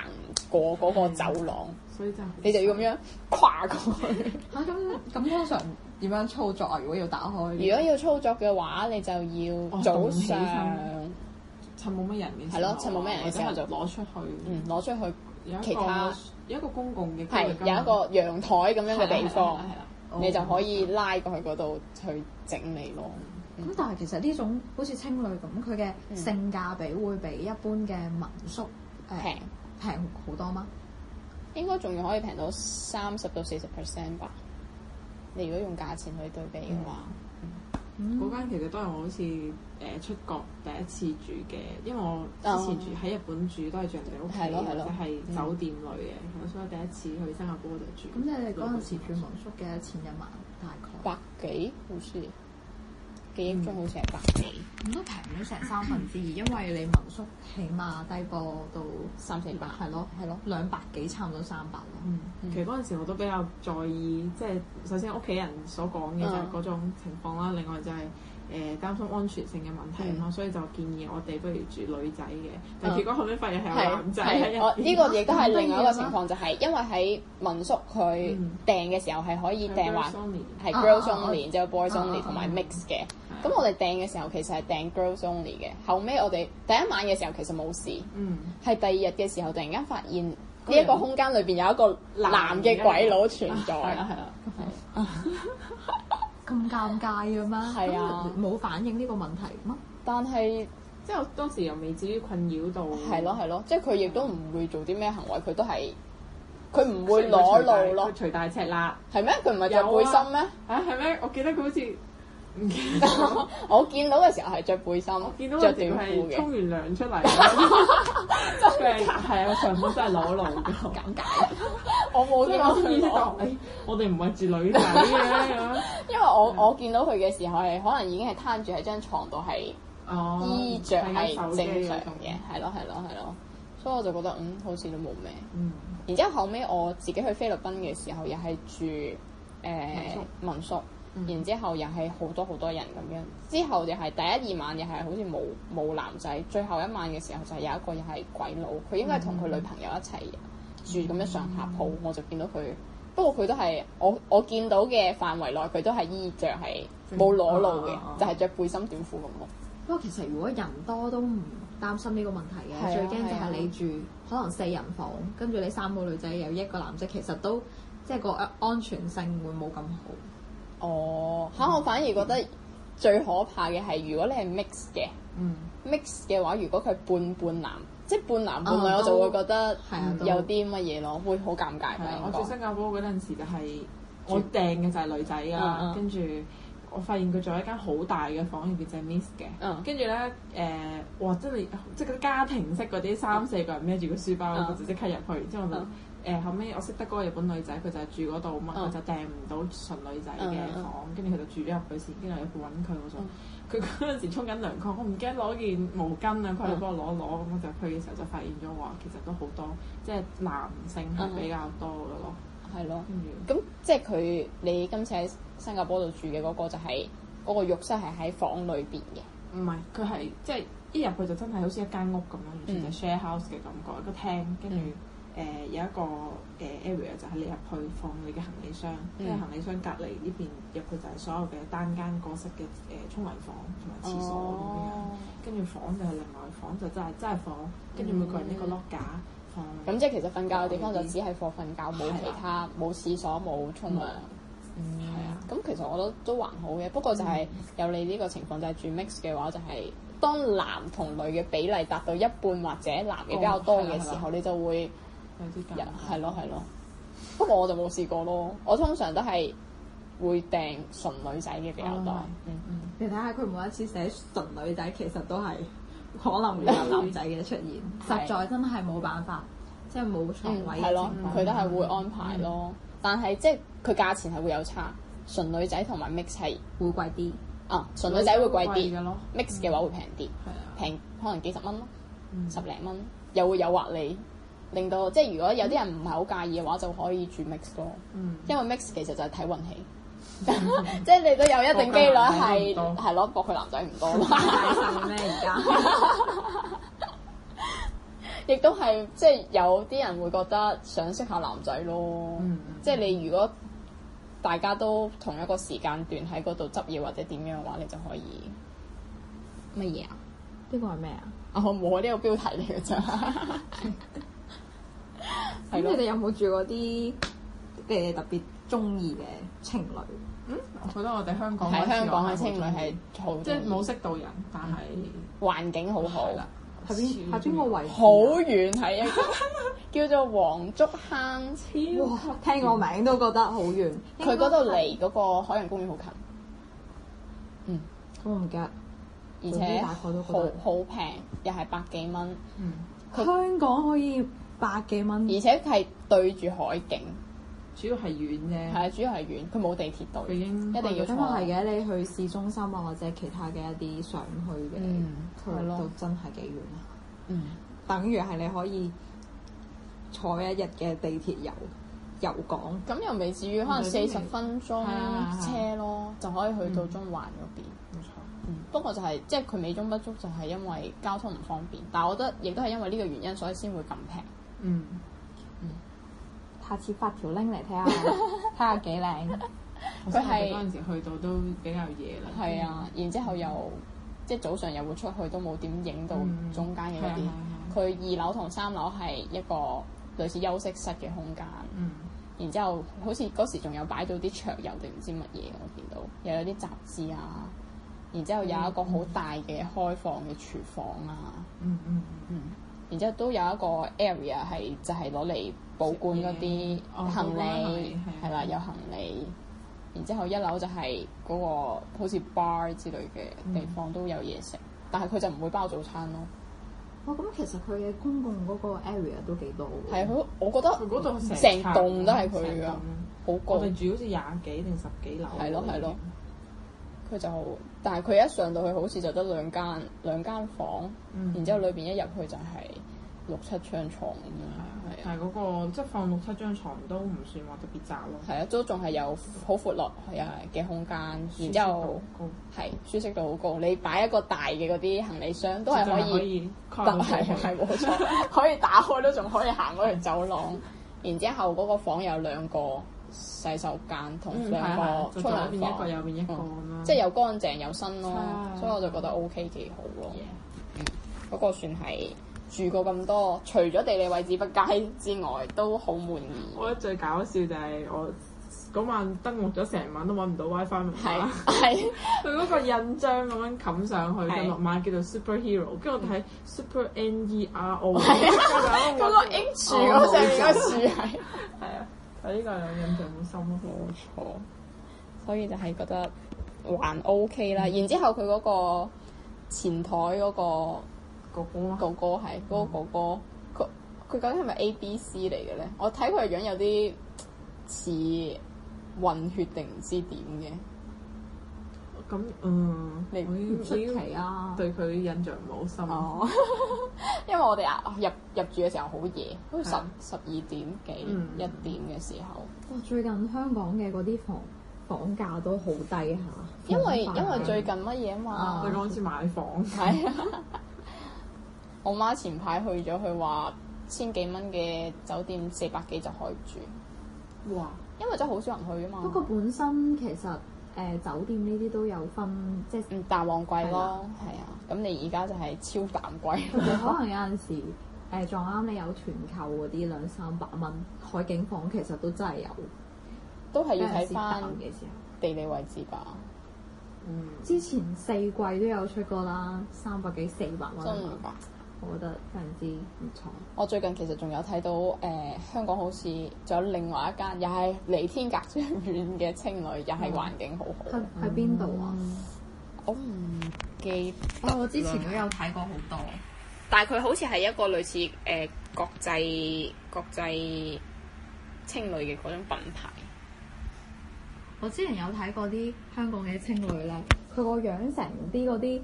Speaker 4: 過嗰個走廊，
Speaker 2: 所以真係好
Speaker 4: 你就要咁樣跨過去。
Speaker 5: 嚇
Speaker 2: 啊
Speaker 5: 咁咁通常點樣操作啊？如果要打開，
Speaker 4: 如果要操作嘅話，你就要
Speaker 2: 哦
Speaker 4: 早
Speaker 2: 動起
Speaker 4: 上
Speaker 2: 身，趁冇乜人嘅時候，
Speaker 4: 係咯趁冇乜人嘅時候
Speaker 2: 或者係攞出去。
Speaker 4: 嗯攞出去
Speaker 2: 有一
Speaker 4: 其
Speaker 2: 個
Speaker 4: 他
Speaker 2: 有一個公共嘅區
Speaker 4: 係啊
Speaker 2: 域㗎嘛
Speaker 4: 有一個陽台咁樣嘅地方
Speaker 2: 係啦係啦係啦，哦
Speaker 4: 你就可以拉過去嗰度去整理咯。
Speaker 5: 咁，但係其實呢種好似青旅咁，佢
Speaker 4: 嗯
Speaker 5: 嘅性價比會比一般嘅民宿誒
Speaker 4: 平
Speaker 5: 平好多嗎？
Speaker 4: 應該仲要可以平到三十到四十 percent 吧。你如果用價錢去對比嘅話，
Speaker 2: 嗰間其實都係我好似誒出國第一次住嘅，因為我之前住喺日本住都係住人哋屋企，
Speaker 4: 哦係咯係
Speaker 2: 或
Speaker 4: 咯
Speaker 2: 者係酒店類嘅，咁所以第一次去新加坡就住。
Speaker 5: 咁你哋嗰陣時住民宿幾多錢一晚？大概
Speaker 4: 百幾好似記憶中好似係百幾
Speaker 5: 咁都平咗成三分之二，因為你民宿起碼低波到
Speaker 4: 三四百。
Speaker 5: 係咯係咯兩百幾，差唔多三百咯。
Speaker 2: 嗯其實嗰陣時我都比較在意，即係首先屋企人所講嘅就係
Speaker 4: 嗯
Speaker 2: 嗰種情況啦，另外就係誒擔心安全性嘅問題咯，所以就建議我哋不如住女仔嘅，但
Speaker 4: 嗯
Speaker 2: 結果後尾發現係有男仔啊喺
Speaker 4: 係
Speaker 2: 入 <laughs>
Speaker 4: 我呢
Speaker 2: 邊
Speaker 4: 個亦都係另外一個情況，就係因為喺民宿佢
Speaker 2: 嗯
Speaker 4: 訂嘅時候係可以
Speaker 2: 係
Speaker 4: 訂話
Speaker 2: girls only
Speaker 4: 係
Speaker 5: 啊
Speaker 4: girls
Speaker 5: 啊啊
Speaker 4: only 即係 boys
Speaker 5: 啊啊
Speaker 4: only 同埋
Speaker 5: 啊
Speaker 4: mix 嘅。咁我哋訂嘅時候其實係訂 girls only 嘅，後尾我哋第一晚嘅時候其實冇事，
Speaker 2: 嗯
Speaker 4: 係第二日嘅時候突然間發現呢一個空間裏邊有一個男嘅鬼佬存在，
Speaker 2: <laughs> 嗯係啊啦係啦，
Speaker 5: 咁尷尬嘅咩？
Speaker 4: 係啊
Speaker 5: 咁冇反應呢個問題咩？
Speaker 4: 但係
Speaker 2: 即係我當時又未至於困擾到，
Speaker 4: 係咯係咯，即係佢亦都唔會做啲咩行為，佢都係佢唔
Speaker 2: 雖
Speaker 4: 會
Speaker 2: 然
Speaker 4: 裸
Speaker 2: 佢除大
Speaker 4: 露咯
Speaker 2: 佢，除大赤啦，
Speaker 4: 係咩？佢唔係着背心咩？
Speaker 2: 啊係咩？我記得佢好似唔記得咗。
Speaker 4: <laughs> 我見到嘅時候係着背心，
Speaker 2: 見到
Speaker 4: 着
Speaker 2: 嗰時
Speaker 4: 短
Speaker 2: 佢
Speaker 4: 褲
Speaker 2: 係沖
Speaker 4: 嘅，
Speaker 2: 完涼出
Speaker 4: <laughs>
Speaker 2: 嚟， <laughs> 佢係係啊，上半身係裸露嘅。
Speaker 4: <laughs>
Speaker 5: 尷尬，
Speaker 4: 我冇
Speaker 2: 所以
Speaker 4: 見
Speaker 2: 我
Speaker 4: 到
Speaker 2: 先意識
Speaker 4: 佢
Speaker 2: 到
Speaker 4: 裸，
Speaker 2: 誒，我哋唔係住女仔嘅咁
Speaker 4: <laughs>
Speaker 2: 樣。
Speaker 4: 因為我我見到佢嘅時候係可能已經係攤住喺張床度係
Speaker 2: 哦，
Speaker 4: 衣着係
Speaker 2: 大家手機
Speaker 4: 正常
Speaker 2: 嗰種
Speaker 4: 嘅，係咯係咯係咯，所以我就覺得嗯好似都冇咩。
Speaker 2: 嗯，
Speaker 4: 然之後後尾我自己去菲律賓嘅時候，又係住誒、民宿，然之後又係好多好多人咁樣。之後又係第一二晚又係好似冇冇男仔，最後一晚嘅時候就係有一個又係鬼佬，佢應該係同佢女朋友一齊住咁樣上下鋪，我就見到佢。不過佢都係我我見到嘅範圍內，佢都係衣着係冇裸露嘅
Speaker 2: 啊啊啊，
Speaker 4: 就係着背心短褲咁咯。
Speaker 5: 不過其實如果人多都唔擔心呢個問題
Speaker 4: 係啊
Speaker 5: 嘅，最驚就
Speaker 4: 係啊
Speaker 5: 係你住可能四人房，跟住你三個女仔有一個男仔，其實都即係個安全性會冇咁好。
Speaker 4: 哦，嚇！我反而覺得最可怕嘅係如果你係 mix 嘅。
Speaker 2: 嗯，
Speaker 4: mix 嘅話，如果佢半半男，即係半男半女，
Speaker 5: 啊
Speaker 4: 我就會覺得
Speaker 5: 係啊都
Speaker 4: 有啲乜嘢咯，會好尷尬
Speaker 2: 係啊
Speaker 4: 咯。
Speaker 2: 我住
Speaker 4: 應
Speaker 2: 新加坡嗰陣時就係我訂嘅就係女仔
Speaker 4: 嗯
Speaker 2: 啊
Speaker 4: 嗯，
Speaker 2: 跟住。我發現佢仲有一間好大嘅房入邊就係 miss 嘅
Speaker 4: 嗯，
Speaker 2: 跟住咧誒，哇！真係即係嗰啲家庭式嗰啲三四個人孭住個書包，
Speaker 4: 嗯
Speaker 2: 我就即刻入去，之後我就
Speaker 4: 嗯
Speaker 2: 誒後尾我識得嗰個日本女仔，佢就係住嗰度嘛，
Speaker 4: 嗯
Speaker 2: 佢就訂唔到純女仔
Speaker 4: 嗯
Speaker 2: 嘅
Speaker 4: 嗯
Speaker 2: 房，跟住佢就住咗入去先，跟住我入去揾佢，我就佢嗰陣時沖緊涼，佢話我唔記得攞件毛巾啊，佢話你幫我攞攞，咁我就去嘅時候就發現咗話，其實都好多即係男性
Speaker 4: 嗯
Speaker 2: 係比較多嘅咯，
Speaker 4: 係咯。
Speaker 2: 跟住
Speaker 4: 咁即係佢你今次喺新加坡度住嘅嗰個就係、嗰個浴室係喺房裏邊嘅。
Speaker 2: 唔係佢係即係一入去就真係好似一間屋咁樣，完全就
Speaker 4: 嗯
Speaker 2: share house 嘅感覺，一個廳跟住。誒、有一個誒 area 就係你入去放你嘅行李箱，跟住、
Speaker 4: 嗯
Speaker 2: 行李箱隔離呢邊入去就係所有嘅單間個室嘅誒沖涼房同埋廁所咁樣。
Speaker 4: 哦
Speaker 2: 跟住房就係另外房，就真係真係房，跟住每個人一個 lock 架放。
Speaker 4: 嗯咁即係其實瞓覺嘅地方就只係放瞓覺，冇其他冇廁所冇沖涼
Speaker 2: 冇。
Speaker 4: 嗯
Speaker 2: 係啊，
Speaker 4: 咁其實我覺得都還好嘅，不過就
Speaker 2: 嗯
Speaker 4: 係有你呢個情況，就係住 mix 嘅話，就係當男同女嘅比例達到一半或者男嘅比較多嘅時
Speaker 2: 哦係啦係嗯
Speaker 4: 候，你就會。
Speaker 2: 有啲尷
Speaker 4: 人
Speaker 2: 尬
Speaker 4: 係咯係咯，不過我就冇試過咯。我通常都係會訂純女仔嘅比較多
Speaker 2: 哦。
Speaker 4: 嗯
Speaker 5: 你睇下佢每一次寫純女仔，其實都係可能會有男仔嘅出現，
Speaker 4: 嗯係
Speaker 5: 實在真係冇辦法，即係冇床
Speaker 4: 嗯，
Speaker 5: 位
Speaker 4: 係
Speaker 5: 嘅
Speaker 4: 咯
Speaker 5: 情，
Speaker 4: 佢
Speaker 5: 況。
Speaker 4: 都係會安排
Speaker 2: 嗯
Speaker 4: 咯。但係即係佢價錢係會有差，純女仔同埋 mix 係
Speaker 5: 會貴啲。
Speaker 4: 啊，純女仔會貴
Speaker 2: 女仔會貴嘅
Speaker 4: 啲
Speaker 2: 咯
Speaker 4: ，mix 嘅話會平啲，
Speaker 2: 係啊，
Speaker 4: 平可能幾十蚊咯，
Speaker 2: 嗯
Speaker 4: 十零蚊，又會誘惑你，令到即係如果有啲人唔係好介意嘅話，就可以住 mix 咯。
Speaker 2: 嗯
Speaker 4: 因為 mix 其實就係睇運
Speaker 2: <laughs>
Speaker 4: 氣，即係你都有一定機率係
Speaker 2: 搏佢男仔唔多
Speaker 4: 係咯，搏佢男仔唔多
Speaker 2: <laughs>
Speaker 4: 咯。
Speaker 5: 大晒咩而家？
Speaker 4: 亦都係即係有啲人會覺得想識下男仔咯，
Speaker 2: 嗯
Speaker 4: 即係你如果大家都同一個時間段喺嗰度執嘢或者點樣嘅話，你就可以乜嘢啊？
Speaker 5: 呢個係咩啊？
Speaker 4: 啊，我冇啊呢個標題嚟嘅咋，
Speaker 5: 咁
Speaker 4: 係
Speaker 5: 你
Speaker 4: 咯
Speaker 5: 哋。有冇住嗰啲你哋特別中意嘅情侶？
Speaker 2: 我覺 <laughs> 得我哋香港
Speaker 4: 喺香港嘅青
Speaker 2: 青
Speaker 4: 旅係好，
Speaker 2: 即係啊冇識到人，但係
Speaker 4: 環境好好
Speaker 2: 係，啦，
Speaker 5: 係邊係邊個位置啊？
Speaker 4: 好遠喺一個 <laughs> 叫做黃竹坑，
Speaker 5: 哇！聽個名都覺得好遠。
Speaker 4: 佢嗰度離嗰個海洋公園好近。
Speaker 5: 我唔記得。
Speaker 4: 而
Speaker 5: 總之
Speaker 4: 且
Speaker 5: 大概都覺
Speaker 4: 好
Speaker 5: 得
Speaker 4: 好平，又係百幾蚊，
Speaker 2: 嗯
Speaker 4: 佢
Speaker 5: 香港可以百幾蚊，
Speaker 4: 而且係對住海景，
Speaker 2: 主要係遠
Speaker 4: 係
Speaker 2: 啫，
Speaker 4: 啊，主要係遠，佢冇地鐵到，
Speaker 2: 佢已經
Speaker 4: 一定要
Speaker 5: 咁
Speaker 4: 坐。
Speaker 5: 啊係嘅。你去市中心啊，或者其他嘅一啲上去嘅
Speaker 4: 嗯
Speaker 5: 區
Speaker 4: 係咯
Speaker 5: 都真係幾遠啊！
Speaker 4: 嗯，
Speaker 5: 等於係你可以坐一日嘅地鐵遊遊港。
Speaker 4: 咁又未至於，可能
Speaker 2: 唔係
Speaker 4: 四
Speaker 2: 真係
Speaker 4: 十分鐘
Speaker 2: 係啊係啊
Speaker 4: 車咯，就可以去到中環嗰邊。
Speaker 2: 冇錯。
Speaker 4: 不過就係、即係佢美中不足，就係因為交通唔方便。但係我覺得亦都係因為呢個原因，所以先會咁平。
Speaker 2: 嗯，
Speaker 5: 下次發條 link 嚟睇 <laughs> 下，睇下幾靚。
Speaker 2: 佢
Speaker 4: 佢
Speaker 2: 係
Speaker 4: 係
Speaker 2: 嗰陣時去到都比較夜啦。
Speaker 4: 係啊，然之後又即係早上又會出去，都冇點影到
Speaker 2: 嗯
Speaker 4: 中間嘅嗰
Speaker 2: 係
Speaker 4: 啲
Speaker 2: 啊。
Speaker 4: 佢、二樓同三樓係一個類似休息室嘅空間，
Speaker 2: 嗯，
Speaker 4: 然之後好似嗰時仲有擺到啲桌遊定唔知乜嘢，我見到又有啲雜誌啊，然之後有一個好大嘅開放嘅廚房啊，
Speaker 2: 嗯嗯嗯，
Speaker 4: 然之後都有一個 area 係就係攞嚟保管嗰啲
Speaker 2: 食嘢哦
Speaker 4: 行
Speaker 2: 保管行
Speaker 4: 李
Speaker 2: 李，係啊
Speaker 4: 係啦、有行李。然之後一樓就係嗰、個好似 bar 之類嘅地方都有嘢食，但係佢就唔會包早餐咯。
Speaker 5: 哇！哦咁其實佢嘅公共嗰個 area 都幾多喎。
Speaker 4: 係佢，我覺得
Speaker 2: 佢嗰度成
Speaker 4: 成棟都係
Speaker 2: 層
Speaker 4: 佢
Speaker 2: 成棟
Speaker 4: 噶，好高
Speaker 2: 我。哋住好似廿幾定十幾樓。
Speaker 4: 係咯係咯。佢就但係佢一上到去好似就得兩間兩間房，
Speaker 2: 嗯
Speaker 4: 然之後裏邊一入去就係六七張床咁樣，係啊。
Speaker 2: 但係嗰個即係放六七張床都唔算話特別窄咯。
Speaker 4: 係啊，都仲係有好闊落係啊嘅空間，然之後
Speaker 2: 高
Speaker 4: 係舒適度好高。你擺一個大嘅嗰啲行李箱都係可
Speaker 2: 可
Speaker 4: 以，
Speaker 2: 以
Speaker 4: 得
Speaker 2: 蓋到
Speaker 4: 係係冇錯， <laughs> 可以打開都仲可以行嗰條走廊。然之後嗰個房有兩個洗手間同
Speaker 2: 嗯
Speaker 4: 兩
Speaker 2: 係啊係啊
Speaker 4: 個
Speaker 2: 就
Speaker 4: 沖
Speaker 2: 左邊
Speaker 4: 涼
Speaker 2: 一個
Speaker 4: 房，
Speaker 2: 右邊一個
Speaker 4: 嗯
Speaker 2: 咁樣。
Speaker 4: 即係又乾淨又新咯
Speaker 2: 係啊，
Speaker 4: 所以我就覺得 O K 幾好咯。嗰個算係住過咁多，除咗地理位置不佳之外，都好滿意。
Speaker 2: 我覺得最搞笑就係我嗰晚登錄咗成晚都揾唔到 WiFi 密
Speaker 4: 係
Speaker 2: <laughs> 碼。
Speaker 4: 係。
Speaker 2: 佢嗰個印章咁樣冚上去
Speaker 4: 係嗯
Speaker 2: 嘅密碼叫做 superhero，跟住我睇 super N E R O，
Speaker 4: 啊
Speaker 2: <laughs>
Speaker 4: 嗰個 H 嗰上面嗰樹係，
Speaker 2: 係啊，我呢個有印象好深咯。
Speaker 4: 冇錯。所以就係覺得還 OK 啦。然之後佢嗰個前台嗰個
Speaker 2: 哥哥啊，
Speaker 4: 哥哥係嗰、個哥哥，佢佢究竟係咪 A B C 嚟嘅咧？我睇佢個樣有啲似混血定唔知點嘅，
Speaker 2: 咁嗯，
Speaker 4: 你
Speaker 2: 我已
Speaker 5: 唔出
Speaker 2: 經已經
Speaker 5: 奇啊！
Speaker 2: 對佢印象唔係好深。
Speaker 4: 哦，因為我哋啊入入住嘅時候好夜，好似
Speaker 2: 係啊
Speaker 4: 十十二點幾一、
Speaker 2: 嗯
Speaker 4: 點嘅時候。
Speaker 5: 哇！最近香港嘅嗰啲房房價都好低下，
Speaker 4: 因為因為
Speaker 5: 房價
Speaker 4: 最近乜嘢嘛
Speaker 5: 啊
Speaker 2: 你，講好似
Speaker 4: <laughs>
Speaker 2: 買房，
Speaker 4: 係啊！我媽前排去咗，佢話千幾蚊嘅酒店四百幾就可以住，
Speaker 2: 哇！
Speaker 4: 因為真係好少人去啊嘛。
Speaker 5: 不過本身其實誒、呃酒店呢啲都有分，即係 <laughs>
Speaker 4: 嗯淡旺季
Speaker 5: 係啦
Speaker 4: 咯，係啊。咁你而家就係超淡季
Speaker 5: 佢哋可能有陣時誒、呃撞啱你有團購嗰啲兩三百蚊海景房，其實都真係有。
Speaker 4: <laughs> 都係
Speaker 5: 有
Speaker 4: 要
Speaker 5: 陣
Speaker 4: 睇
Speaker 5: 時
Speaker 4: 翻
Speaker 5: 淡嘅時候，
Speaker 4: 地理位置吧。
Speaker 2: 嗯，
Speaker 5: 之前四季都有出過啦，三百幾四百蚊
Speaker 4: 真唔白。
Speaker 5: 我覺得非常之唔錯。
Speaker 4: 我最近其實仲有睇到誒、呃香港好似仲有另外一間，又係離天隔最遠嘅青旅，又嗯係環境好好。
Speaker 5: 喺喺邊度啊？
Speaker 4: 我唔記
Speaker 5: 哦，我之前都有睇過好多。
Speaker 4: 但係佢好似係一個類似誒、呃、國際國際青旅嘅嗰種品牌，
Speaker 5: 我之前有睇過啲香港嘅青旅咧，佢個樣成啲嗰啲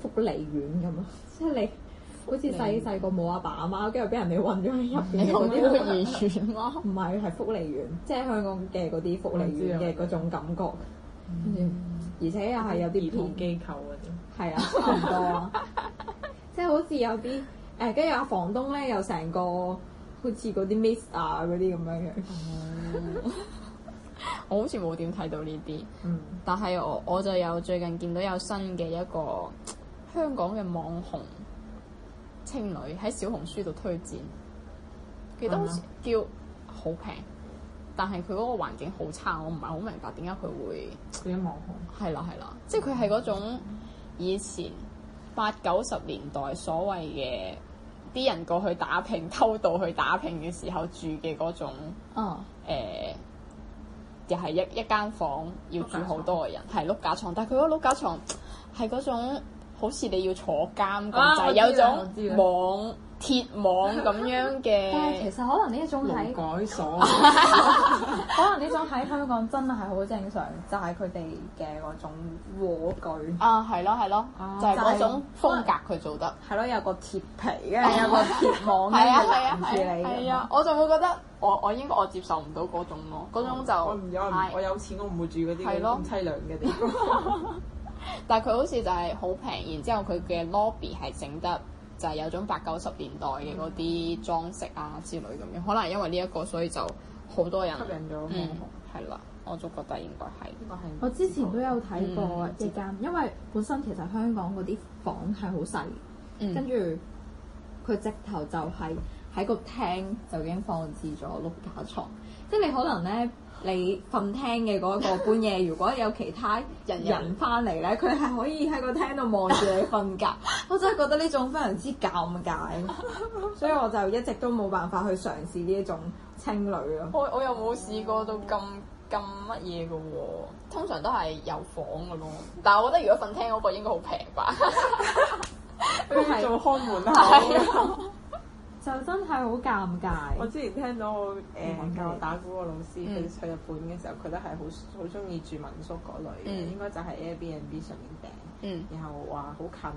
Speaker 5: 福利院咁啊， <laughs> 即係你好似細細個冇阿爸阿媽，跟住俾人哋韞咗喺入
Speaker 4: 你啊
Speaker 5: 邊
Speaker 4: 同
Speaker 5: 嗰
Speaker 4: 啲
Speaker 5: 啲。
Speaker 4: 會議員咯， <laughs>
Speaker 5: 唔係，係福利院，即係香港嘅嗰啲福利院嘅嗰種感覺，跟住而且又係有
Speaker 2: 兒
Speaker 5: 啲
Speaker 2: 童
Speaker 5: 偏，
Speaker 2: 機構嗰啲。
Speaker 5: 係啊，差唔多啊，即係好似有啲誒，跟住阿房東咧又成個好似嗰啲 miss 啊嗰啲咁樣樣，
Speaker 4: 我好似冇點睇到呢啲，
Speaker 2: 嗯，
Speaker 4: 但係我我就有最近見到有新嘅一個香港嘅網紅青旅喺小紅書度推薦，記得好似叫好平，但係佢嗰個環境好差，我唔係好明白點解佢會。
Speaker 2: 嗰啲網紅。
Speaker 4: 係啦係啦，即係佢係嗰種以前八九十年代所謂嘅啲人過去打拼、偷渡去打拼嘅時候住嘅嗰種
Speaker 5: 嗯。
Speaker 4: 呃又係一一間房要住好多個人，係碌架床，但係佢嗰個碌架床係嗰種好似你要坐監咁，
Speaker 2: 啊
Speaker 4: 就係
Speaker 2: 我知啦
Speaker 4: 有
Speaker 2: 我知
Speaker 4: 種
Speaker 2: 啦
Speaker 4: 網鐵網咁樣
Speaker 5: <laughs> 但係
Speaker 4: 嘅
Speaker 5: 其，實可能呢一種
Speaker 2: 勞
Speaker 5: 喺
Speaker 2: 改所，
Speaker 4: <laughs>
Speaker 5: 可能呢種喺香港真係好正常，就係佢哋嘅嗰種蝸居，
Speaker 4: 啊係咯係咯，就係嗰種
Speaker 5: 就係
Speaker 4: 風格佢做得。
Speaker 5: 係咯，有個鐵皮
Speaker 4: <laughs>
Speaker 5: 嘅，有個鐵網
Speaker 4: 係啊係啊
Speaker 5: 嘅攔
Speaker 4: 係啊
Speaker 5: 住你
Speaker 4: 係啊，我就會覺得我我應該我接受唔到
Speaker 5: 嗯
Speaker 4: 嗰種咯，嗰種就
Speaker 2: 我唔有，我
Speaker 4: 係
Speaker 2: 有錢我唔會住嗰啲
Speaker 4: 係咯 <laughs>
Speaker 2: 咁凄涼嘅地方。
Speaker 4: 但係佢好似就係好平，然之後佢嘅 lobby 係整得就係有種八九十年代嘅嗰啲裝飾啊之類咁樣，可能係因為呢一個所以就好多人
Speaker 2: <laughs> 吸引咗我
Speaker 4: 嗯，係啦，我都覺得應該係。
Speaker 2: 呢個係
Speaker 5: 我之前都有睇過
Speaker 4: 嗯
Speaker 5: 一間，因為本身其實香港嗰啲房係好細，
Speaker 4: 嗯
Speaker 5: 跟住佢直頭就係喺個廳就已經放置咗碌架床，即係你可能咧。你瞓廳嘅嗰個半夜，如果有其他人
Speaker 4: 人
Speaker 5: 人翻嚟咧，佢係可以喺個廳度望住你瞓 <laughs> 覺。我真係覺得呢種非常之尷尬，所以我就一直都冇辦法去嘗試呢一種青旅咯。
Speaker 4: 我我又冇試過到咁咁乜嘢嘅喎，通常都係有房嘅咯。但係我覺得如果瞓廳嗰個應該好平吧。
Speaker 5: 佢
Speaker 2: 佢
Speaker 5: 係
Speaker 2: 做開門啊口。
Speaker 5: 就真係好尷
Speaker 2: 我
Speaker 5: 尬。
Speaker 2: 之前聽到我誒教我打鼓個老師，佢
Speaker 4: 嗯
Speaker 2: 去日本嘅時候，佢都係好好中意住民宿嗰類嘅，
Speaker 4: 嗯
Speaker 2: 應該就係 Airbnb 上面訂。
Speaker 4: 嗯
Speaker 2: 然後話好近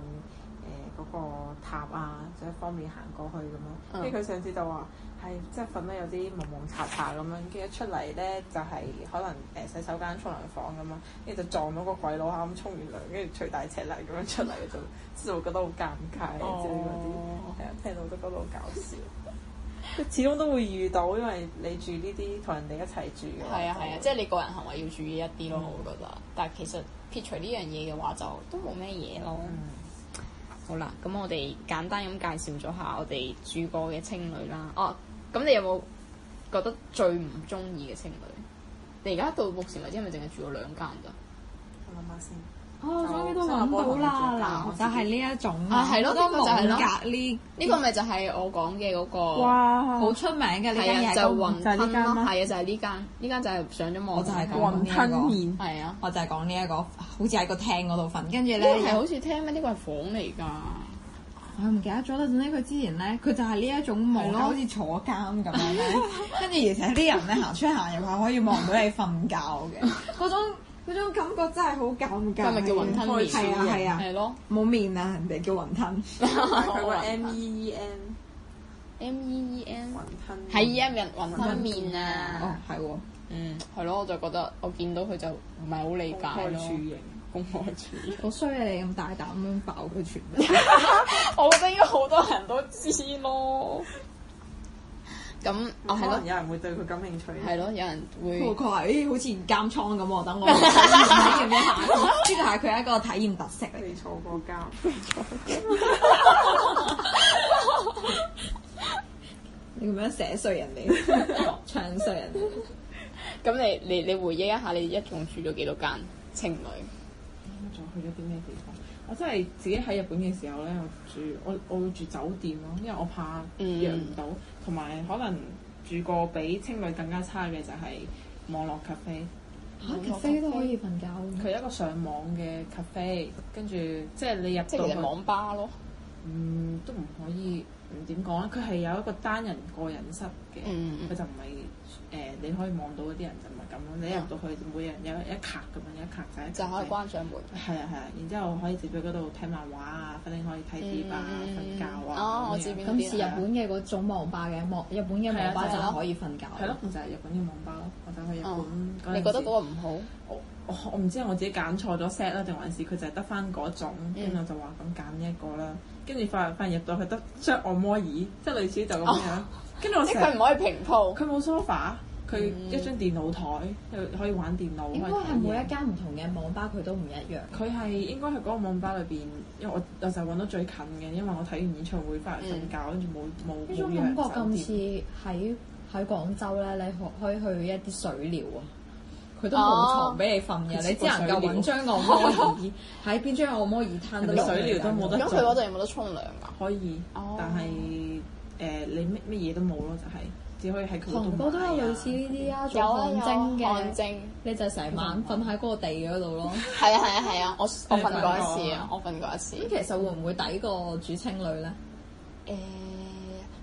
Speaker 2: 誒嗰、個塔啊，就方便行過去
Speaker 4: 嗯
Speaker 2: 咁樣。跟住佢上次就話係即係瞓得有啲蒙蒙查查咁樣，跟住一出嚟咧就係、可能誒、洗手間、沖涼房咁樣，跟住就撞到個鬼佬嚇咁沖完涼，跟住除大赤嚟咁樣出嚟就即係會覺得好尷尬之類嗰啲。
Speaker 4: 哦
Speaker 2: 係啊，聽到都覺得好搞笑。即係始終都會遇到，因為你住呢啲同人哋一齊住嘅
Speaker 4: <laughs>
Speaker 2: 話，
Speaker 4: 係啊係啊，
Speaker 2: 就
Speaker 4: 即係你個人行為要注意一啲咯，我覺得。但係其實撇除呢樣嘢嘅話，就都冇咩嘢咯。
Speaker 2: 嗯
Speaker 4: 好啦，咁我哋簡單咁介紹咗下我哋住過嘅青旅啦。哦，咁你有冇覺得最唔中意嘅青旅？你而家到目前為止係咪淨係住過兩間㗎？
Speaker 2: 我諗下先。
Speaker 5: 哦，終於都
Speaker 2: 新加
Speaker 5: 揾
Speaker 2: 坡
Speaker 5: 到
Speaker 2: 同埋
Speaker 5: 啦！
Speaker 2: 最
Speaker 5: 嗱，
Speaker 2: 近
Speaker 5: 就係呢一種
Speaker 4: 啊係咯
Speaker 5: 好多
Speaker 4: 呢個就係咯
Speaker 5: 網格呢，
Speaker 4: 呢個咪就係我講嘅嗰個。
Speaker 2: 哇
Speaker 5: 好出名嘅呢
Speaker 4: 係
Speaker 5: 間
Speaker 4: 啊，
Speaker 5: 嘢，
Speaker 4: 就
Speaker 5: 都
Speaker 4: 雲
Speaker 2: 就係呢
Speaker 4: 吞
Speaker 2: 間
Speaker 4: 咯，
Speaker 2: 嗎
Speaker 4: 係啊，就係呢間，呢間就係上咗網。
Speaker 5: 我就係講
Speaker 2: 雲吞麵。
Speaker 4: 係啊，
Speaker 5: 我就係講呢一個，好似喺個廳嗰度瞓，跟住
Speaker 4: 呢個
Speaker 5: 咧
Speaker 4: 係好似聽咩？呢個係啊房嚟㗎。
Speaker 5: 我唔記得咗啦。總之佢之前咧，佢就係呢一種望
Speaker 4: 係
Speaker 5: 咯，
Speaker 4: 咯
Speaker 5: 好似坐監咁樣咧。 <laughs> 跟住而且啲人咧行出行入係可以望到你瞓覺嘅， <laughs> 嗰種嗰種感覺真係好尷尬。
Speaker 4: 佢係咪叫雲吞麵
Speaker 5: 係啊係啊，
Speaker 4: 係咯
Speaker 5: 冇面啊！人哋叫雲
Speaker 4: <laughs>
Speaker 5: 吞。
Speaker 2: 佢
Speaker 4: 啊
Speaker 2: 個啊 M E E N
Speaker 4: ，M E E N
Speaker 2: 雲吞麵
Speaker 4: 係 E M 人雲吞麵啊。
Speaker 5: 哦，係喎。
Speaker 4: 嗯，係咯，我就覺得我見到佢就唔係好理解
Speaker 2: 公開處
Speaker 4: 咯。
Speaker 2: 刑，
Speaker 4: 公開處刑，
Speaker 5: 好衰啊！你咁大膽咁樣爆佢全 <laughs> 部，
Speaker 4: <laughs> 我覺得應該好多人都知咯。咁
Speaker 2: 可
Speaker 4: 啊，係咯
Speaker 2: 能，有人會對佢感興趣。
Speaker 4: 係咯，有人會
Speaker 5: 佢話：咦，好似監倉咁喎，等 <laughs> 我體驗一下。呢個係佢一個體驗特色嚟。
Speaker 2: 你坐過監，
Speaker 5: 你咁樣寫衰人 <laughs> 哋，唱衰人哋。
Speaker 4: 咁你你你回憶一下，你一共住咗幾多間情侶？
Speaker 2: 仲去咗啲咩地方？我真係自己喺日本嘅時候咧，我住我我會住酒店咯，因為我怕
Speaker 4: 嗯
Speaker 2: 約唔到，同埋可能住過比青旅更加差嘅就係網絡 cafe。
Speaker 5: 嚇，cafe 都可以瞓覺。
Speaker 2: 佢有一個上網嘅 cafe，跟住即係你入
Speaker 4: 即
Speaker 2: 到
Speaker 4: 係其
Speaker 2: 去
Speaker 4: 實，網吧咯。
Speaker 2: 嗯，都唔可以，嗯點講咧？佢係有一個單人個人室嘅，佢、
Speaker 4: 嗯嗯嗯
Speaker 2: 就唔係誒你可以望到嗰啲人就唔係咁咯。你入到去，每人有一格咁樣，一格就一格
Speaker 4: 就可以
Speaker 2: 仔
Speaker 4: 關上門。
Speaker 2: 係啊係啊，然之後可以直接嗰度睇漫畫啊，瞓可以睇碟啊、
Speaker 4: 嗯
Speaker 2: 瞓覺啊。
Speaker 4: 哦我
Speaker 2: 咁樣
Speaker 4: 知邊
Speaker 5: 咁是日本嘅嗰種網吧嘅網，日本嘅網吧就係可以瞓覺。
Speaker 2: 係咯，就係日本嘅網吧咯，我就去日
Speaker 4: 哦
Speaker 2: 本嗰陣時。
Speaker 4: 你覺得嗰個唔好？
Speaker 2: 我我我唔知係我自己揀錯咗 set 啦，定還是佢就係得翻嗰種，跟住
Speaker 4: 嗯
Speaker 2: 我就話咁揀呢一個啦。跟住發發現入到去得張按摩椅，即係類似就咁
Speaker 5: 哦
Speaker 2: 樣。跟住我
Speaker 4: 即
Speaker 2: 成
Speaker 4: 係佢唔可以平鋪。
Speaker 2: 佢冇 sofa，佢一張電腦台，佢可以玩電腦。
Speaker 5: 嗯應該
Speaker 2: 可以睇
Speaker 5: 係每
Speaker 2: 嘢
Speaker 5: 一間唔同嘅網吧佢都唔一樣。
Speaker 2: 佢係應該係嗰個網吧裏邊，因為我我就揾到最近嘅，因為我睇完演唱會翻嚟瞓覺，跟住冇冇
Speaker 5: 嗯呢
Speaker 2: 冇
Speaker 5: 種
Speaker 2: 約
Speaker 5: 感覺
Speaker 2: 酒
Speaker 5: 咁似
Speaker 2: 店。
Speaker 5: 喺喺廣州咧，你可可以去一啲水療啊。佢都冇床俾你瞓嘅，你只能夠揾張按摩 <laughs> 椅，喺邊張按摩椅攤到
Speaker 2: 人哋水療都冇得
Speaker 4: 咁佢嗰度有冇得沖涼㗎？
Speaker 2: 可以，
Speaker 4: 哦
Speaker 2: 但係誒、你乜乜嘢都冇咯，就係、只可以喺佢嗰度
Speaker 5: 韓國都有
Speaker 2: 買啊
Speaker 5: 類似呢啲啊，
Speaker 4: 有
Speaker 5: 做
Speaker 4: 啊
Speaker 5: 汗蒸
Speaker 4: 有汗
Speaker 5: 嘅，
Speaker 4: 蒸。
Speaker 5: 你就成晚瞓喺嗰個地嗰度咯。
Speaker 4: 係啊係啊係啊！我我瞓過一
Speaker 2: 你
Speaker 4: 次
Speaker 2: 瞓
Speaker 4: 啊，我瞓過一次
Speaker 5: 咁。其實會唔會抵過住青旅咧？
Speaker 4: 誒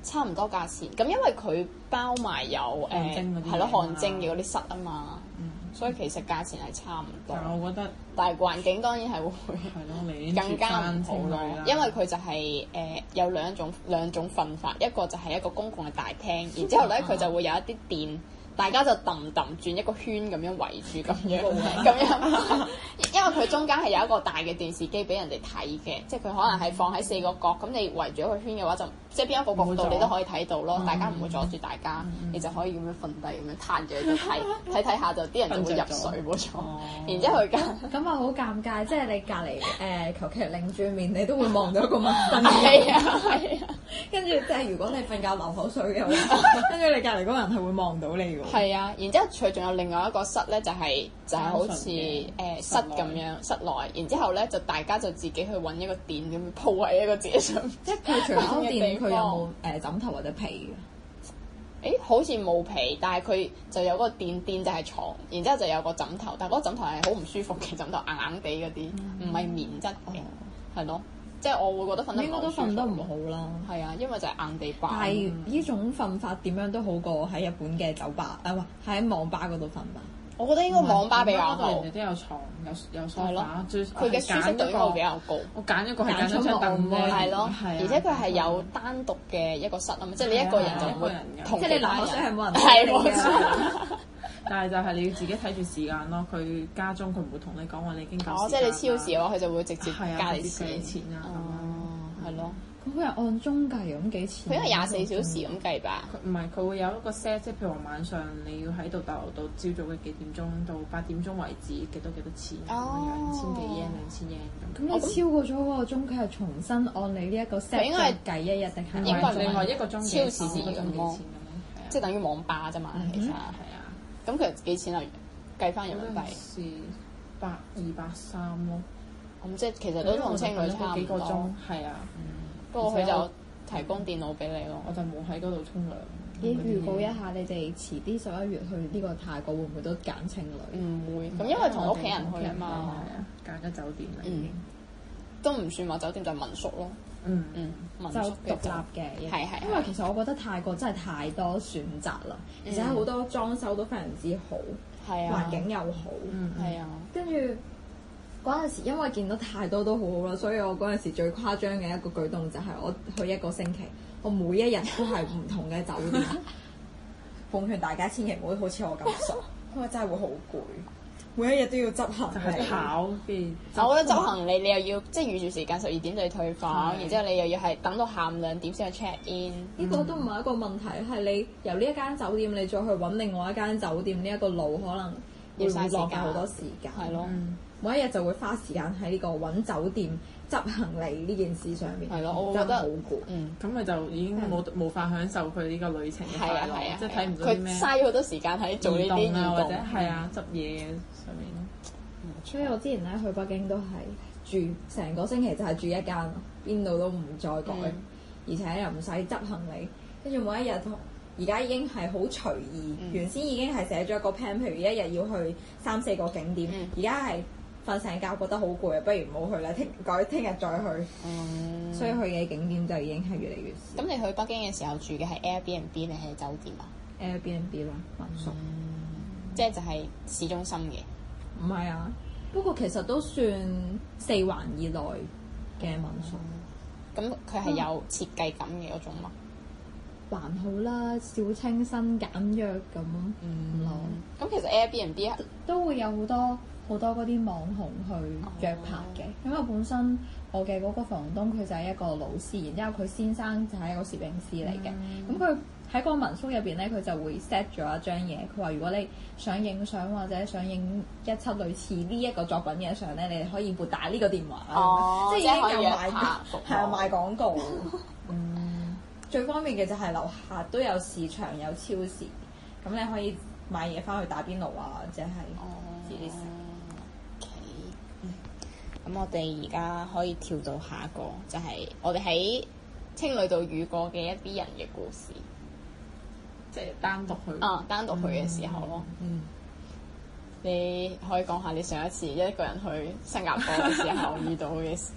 Speaker 4: 差唔多價錢，咁因為佢包埋有
Speaker 2: 汗蒸嗰
Speaker 4: 誒
Speaker 2: 啲
Speaker 4: 係咯
Speaker 2: 嘢嘛
Speaker 4: 汗蒸嘅嗰啲室啊嘛，
Speaker 2: 嗯
Speaker 4: 所以其實價錢係差唔多
Speaker 2: 但，係我覺得
Speaker 4: 但係環境當然係會
Speaker 2: 係咯，你
Speaker 4: 更加唔好咯，因為佢就係、誒、有兩種兩種瞓法，一個就係一個公共嘅大廳，然之後咧佢就會有一啲電大家就揼揼轉一個圈咁樣圍住咁樣，咁樣， <laughs> 因為佢中間係有一個大嘅電視機俾人哋睇嘅，即係佢可能係放喺四個角，咁你圍住一個圈嘅話就，即係邊一個角
Speaker 2: 冇
Speaker 4: 度
Speaker 2: 咗
Speaker 4: 你都可以睇到咯，大家唔會阻住大家，你就可以咁樣瞓低咁樣攤住喺度睇，睇睇下就啲人就會入水冇錯，然之後佢間。
Speaker 5: 咁啊好尷尬，即係你隔離誒求其擰住面，你都會望到一個陌生
Speaker 4: <laughs>
Speaker 5: 人。
Speaker 4: 係啊，係啊，
Speaker 5: 跟住即係如果你瞓覺流口水嘅
Speaker 4: <laughs>
Speaker 5: 話，跟住你隔離嗰人係會望到你㗎喎。
Speaker 4: 係啊，然之後佢仲有另外一個室咧，就係、就係、好似誒、呃室咁樣室內，然之後咧就大家就自己去揾一個墊咁樣鋪喺一個自己上面。 <laughs>
Speaker 5: 即係佢除咗
Speaker 4: 嘅地
Speaker 5: 電，佢
Speaker 4: 方
Speaker 5: 有
Speaker 4: <laughs>
Speaker 5: 冇誒枕頭或者被嘅？
Speaker 4: 誒好似冇被，但係佢就有個墊墊就係床，然之後就有個枕頭，但係嗰個枕頭係好唔舒服嘅枕頭，硬硬地
Speaker 5: 嗯
Speaker 4: 嗰啲，唔係棉質嘅，係咯，即係我會覺得瞓得
Speaker 5: 哦應該都瞓得唔好啦。
Speaker 4: 好，係啊，因為就係硬地板，
Speaker 5: 但係呢種瞓法點樣都好過喺日本嘅酒吧啊，唔係喺網吧嗰度瞓吧。
Speaker 4: 我覺得應該網吧比較
Speaker 2: 網吧
Speaker 4: 好
Speaker 2: 度，人哋都有床，有有梳
Speaker 4: 係咯
Speaker 2: 化，最
Speaker 4: 佢嘅舒適度應該會比較高。
Speaker 2: 我揀一個係
Speaker 5: 揀
Speaker 2: 揀
Speaker 5: 咗
Speaker 2: 咗
Speaker 5: 張
Speaker 2: 張
Speaker 5: 凳
Speaker 2: 凳
Speaker 5: 咧
Speaker 2: 咧，
Speaker 4: 係咯，
Speaker 2: 係啊
Speaker 4: 而且佢係有單獨嘅一個室啊嘛，即係你一個人就唔會
Speaker 2: 係啊一個人嘅
Speaker 4: 同
Speaker 5: 即係你流口水係冇人睇
Speaker 4: 係
Speaker 5: 你
Speaker 4: 冇
Speaker 5: 嘅
Speaker 4: 錯，
Speaker 2: 但係就係你要自己睇住時間咯。佢家中佢唔會同你講話你已經夠 <laughs>
Speaker 4: 哦，即
Speaker 2: 時間
Speaker 4: 係
Speaker 2: 啦
Speaker 4: 你超時嘅話，佢就會直接
Speaker 2: 係啊
Speaker 4: 加你
Speaker 2: 直接計
Speaker 4: 錢
Speaker 2: 錢啊咁樣嗯
Speaker 4: 哦，係咯，
Speaker 5: 佢係按鐘計咁幾錢？
Speaker 4: 佢應該廿四小時咁計吧。
Speaker 2: 佢唔係佢會有一個 set，即係譬如話晚上你要喺度逗留到朝早嘅幾點鐘到八點鐘為止，幾多幾多錢咁
Speaker 4: 哦
Speaker 2: 樣，千幾 yen 兩千 yen 咁。
Speaker 5: 咁你超過咗嗰個鐘，佢係重新按你呢一個 set
Speaker 4: 佢應該係
Speaker 5: 再計一日定係
Speaker 4: 應該係
Speaker 2: 另外一個鐘幾
Speaker 4: 超時
Speaker 2: 錢，一個鐘幾
Speaker 4: 咁
Speaker 2: 錢咁
Speaker 4: 咯
Speaker 2: 樣，係啊
Speaker 4: 即係等於網吧啫嘛，其實
Speaker 2: 係啊。
Speaker 4: 咁佢幾錢啊？計翻人民幣，
Speaker 2: 是百二百三咯，
Speaker 4: 咁即係其實都同青旅差
Speaker 2: 幾
Speaker 4: 唔
Speaker 2: 個
Speaker 4: 多
Speaker 2: 鐘，，係啊，
Speaker 4: 不過佢就提供電腦俾你咯。
Speaker 2: 我就冇喺嗰度沖涼。
Speaker 5: 咦，預告一下，你哋遲啲十一月去呢個泰國會唔會都揀情
Speaker 4: 唔
Speaker 5: 侶？
Speaker 2: 嗯
Speaker 4: 會，咁因為同屋企人去啊嘛，嗯
Speaker 2: 係啊，揀咗酒店啦已經，
Speaker 4: 都唔算話酒店就民宿咯，
Speaker 2: 嗯
Speaker 4: 嗯，民宿
Speaker 5: 就
Speaker 4: 嘅
Speaker 5: 獨
Speaker 4: 就
Speaker 5: 立嘅，
Speaker 4: 係係嗯
Speaker 5: 因為其實我覺得泰國真係太多選擇啦，而且好多裝修都非常之好，
Speaker 4: 係啊，
Speaker 5: 環境又好，
Speaker 2: 嗯，
Speaker 4: 係啊，
Speaker 5: 跟住嗰陣時因為見到太多都好好啦，所以我嗰陣時最誇張嘅一個舉動就係我去一個星期，我每一日都係唔同嘅酒
Speaker 4: <laughs>
Speaker 5: 店。奉勸大家千祈唔好好似我咁傻，因為真係會好攰，每一日都要執行
Speaker 2: 就
Speaker 4: 嗯
Speaker 2: 係
Speaker 5: 李。
Speaker 2: 跑嘅。
Speaker 4: 我覺得執行李你又要即係預住時間十二點就要退房，
Speaker 2: 係
Speaker 4: 然之後你又要係等到下午兩點先去 check in。
Speaker 5: 呢個都唔係一個問題，係你由呢一間酒店你再去揾另外一間酒店呢一個路，可能
Speaker 4: 要嘥
Speaker 5: 會
Speaker 4: 時間
Speaker 5: 浪費好多時間。
Speaker 4: 係咯，
Speaker 2: 嗯
Speaker 5: 每一日就會花時間喺呢個揾酒店執行李呢件事上面。
Speaker 4: 係咯，我覺
Speaker 5: 真係
Speaker 4: 得
Speaker 5: 好攰。
Speaker 4: 嗯，
Speaker 2: 咁咪就已經冇無法享受佢呢個旅程嘅
Speaker 4: 係啊
Speaker 2: 快
Speaker 4: 係啊
Speaker 2: 樂，，嗯即係睇唔到啲
Speaker 4: 佢
Speaker 2: 咩
Speaker 4: 嘥咗好多時間喺做呢啲
Speaker 2: 移動啊，
Speaker 4: 活
Speaker 2: 或者
Speaker 4: 動，嗯
Speaker 2: 係啊執嘢上面咯。
Speaker 5: 所以我之前咧去北京都係住成個星期就係住一間，邊度都唔再改，
Speaker 4: 嗯
Speaker 5: 而且又唔使執行李，跟住每一日同而家已經係好隨意，
Speaker 4: 嗯
Speaker 5: 原先已經係寫咗一個 plan，譬如一日要去三四個景點
Speaker 4: 嗯，
Speaker 5: 而家係瞓醒覺覺得好攰啊，不如唔好去啦，聽改聽日再去，
Speaker 4: 嗯
Speaker 5: 所以去嘅景點就已經係越嚟越少。
Speaker 4: 咁你去北京嘅時候住嘅係 Airbnb 定係酒店啊？
Speaker 5: Airbnb 啦，民宿
Speaker 4: 即係就係市中心嘅。嗯
Speaker 5: 唔係啊，不過其實都算四環以內嘅民宿。
Speaker 4: 咁佢
Speaker 2: 嗯
Speaker 4: 係有設計感嘅嗰種嘛，
Speaker 5: 還好啦，小清新簡約咁
Speaker 2: 嗯
Speaker 5: 咯，
Speaker 4: 咁其實 Airbnb
Speaker 5: 都會有好多好多嗰啲網紅去約拍嘅。
Speaker 4: 哦
Speaker 5: 因為本身我嘅嗰個房東佢就係一個老師，然之後佢先生就係一個攝影師嚟嘅。
Speaker 4: 嗯
Speaker 5: 咁佢喺個民宿入邊咧，佢就會 set 咗一張嘢，佢話如果你想影相或者想影一輯類似呢一個作品嘅相咧，你哋可以撥打呢個電話啦。
Speaker 4: 哦
Speaker 5: 即係已
Speaker 4: 即係可
Speaker 5: 經
Speaker 4: 以
Speaker 5: 有
Speaker 4: 約
Speaker 5: 賣
Speaker 4: 拍服務
Speaker 5: 係啊賣廣告。最方便嘅就係樓下都有市場有超市，咁你可以買嘢翻去打邊爐啊，或者
Speaker 4: 哦
Speaker 5: 係自己食。
Speaker 4: OK，嗯咁我哋而家可以跳到下一個，就係、我哋喺青旅度遇過嘅一啲人嘅故事。
Speaker 2: 即係單獨去。
Speaker 4: 啊，單獨去嘅時候咯，
Speaker 2: 嗯，
Speaker 4: 你可以講下你上一次一個人去新加坡嘅時候遇到嘅事。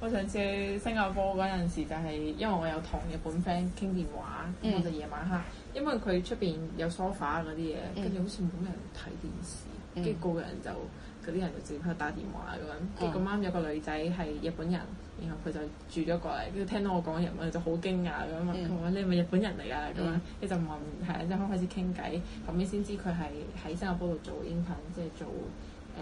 Speaker 2: 我上次去新加坡嗰陣時，就係因為我有同日本 friend 傾電話，
Speaker 4: 嗯
Speaker 2: 我就夜晚黑，因為佢出邊有 sofa 啊嗰啲嘢，
Speaker 4: 嗯
Speaker 2: 跟住好似冇咩人睇電視，跟住個個人就嗰啲人就直接喺度打電話
Speaker 4: 哦
Speaker 2: 咁樣。結果啱有個女仔係日本人，然後佢就住咗過嚟，跟住聽到我講日文就好驚訝咁啊！
Speaker 4: 嗯
Speaker 2: 佢話你係咪日本人嚟㗎？咁樣
Speaker 4: 嗯
Speaker 2: 你就問係啊，即係開始傾偈，後尾先知佢係喺新加坡度做 intern，即係做。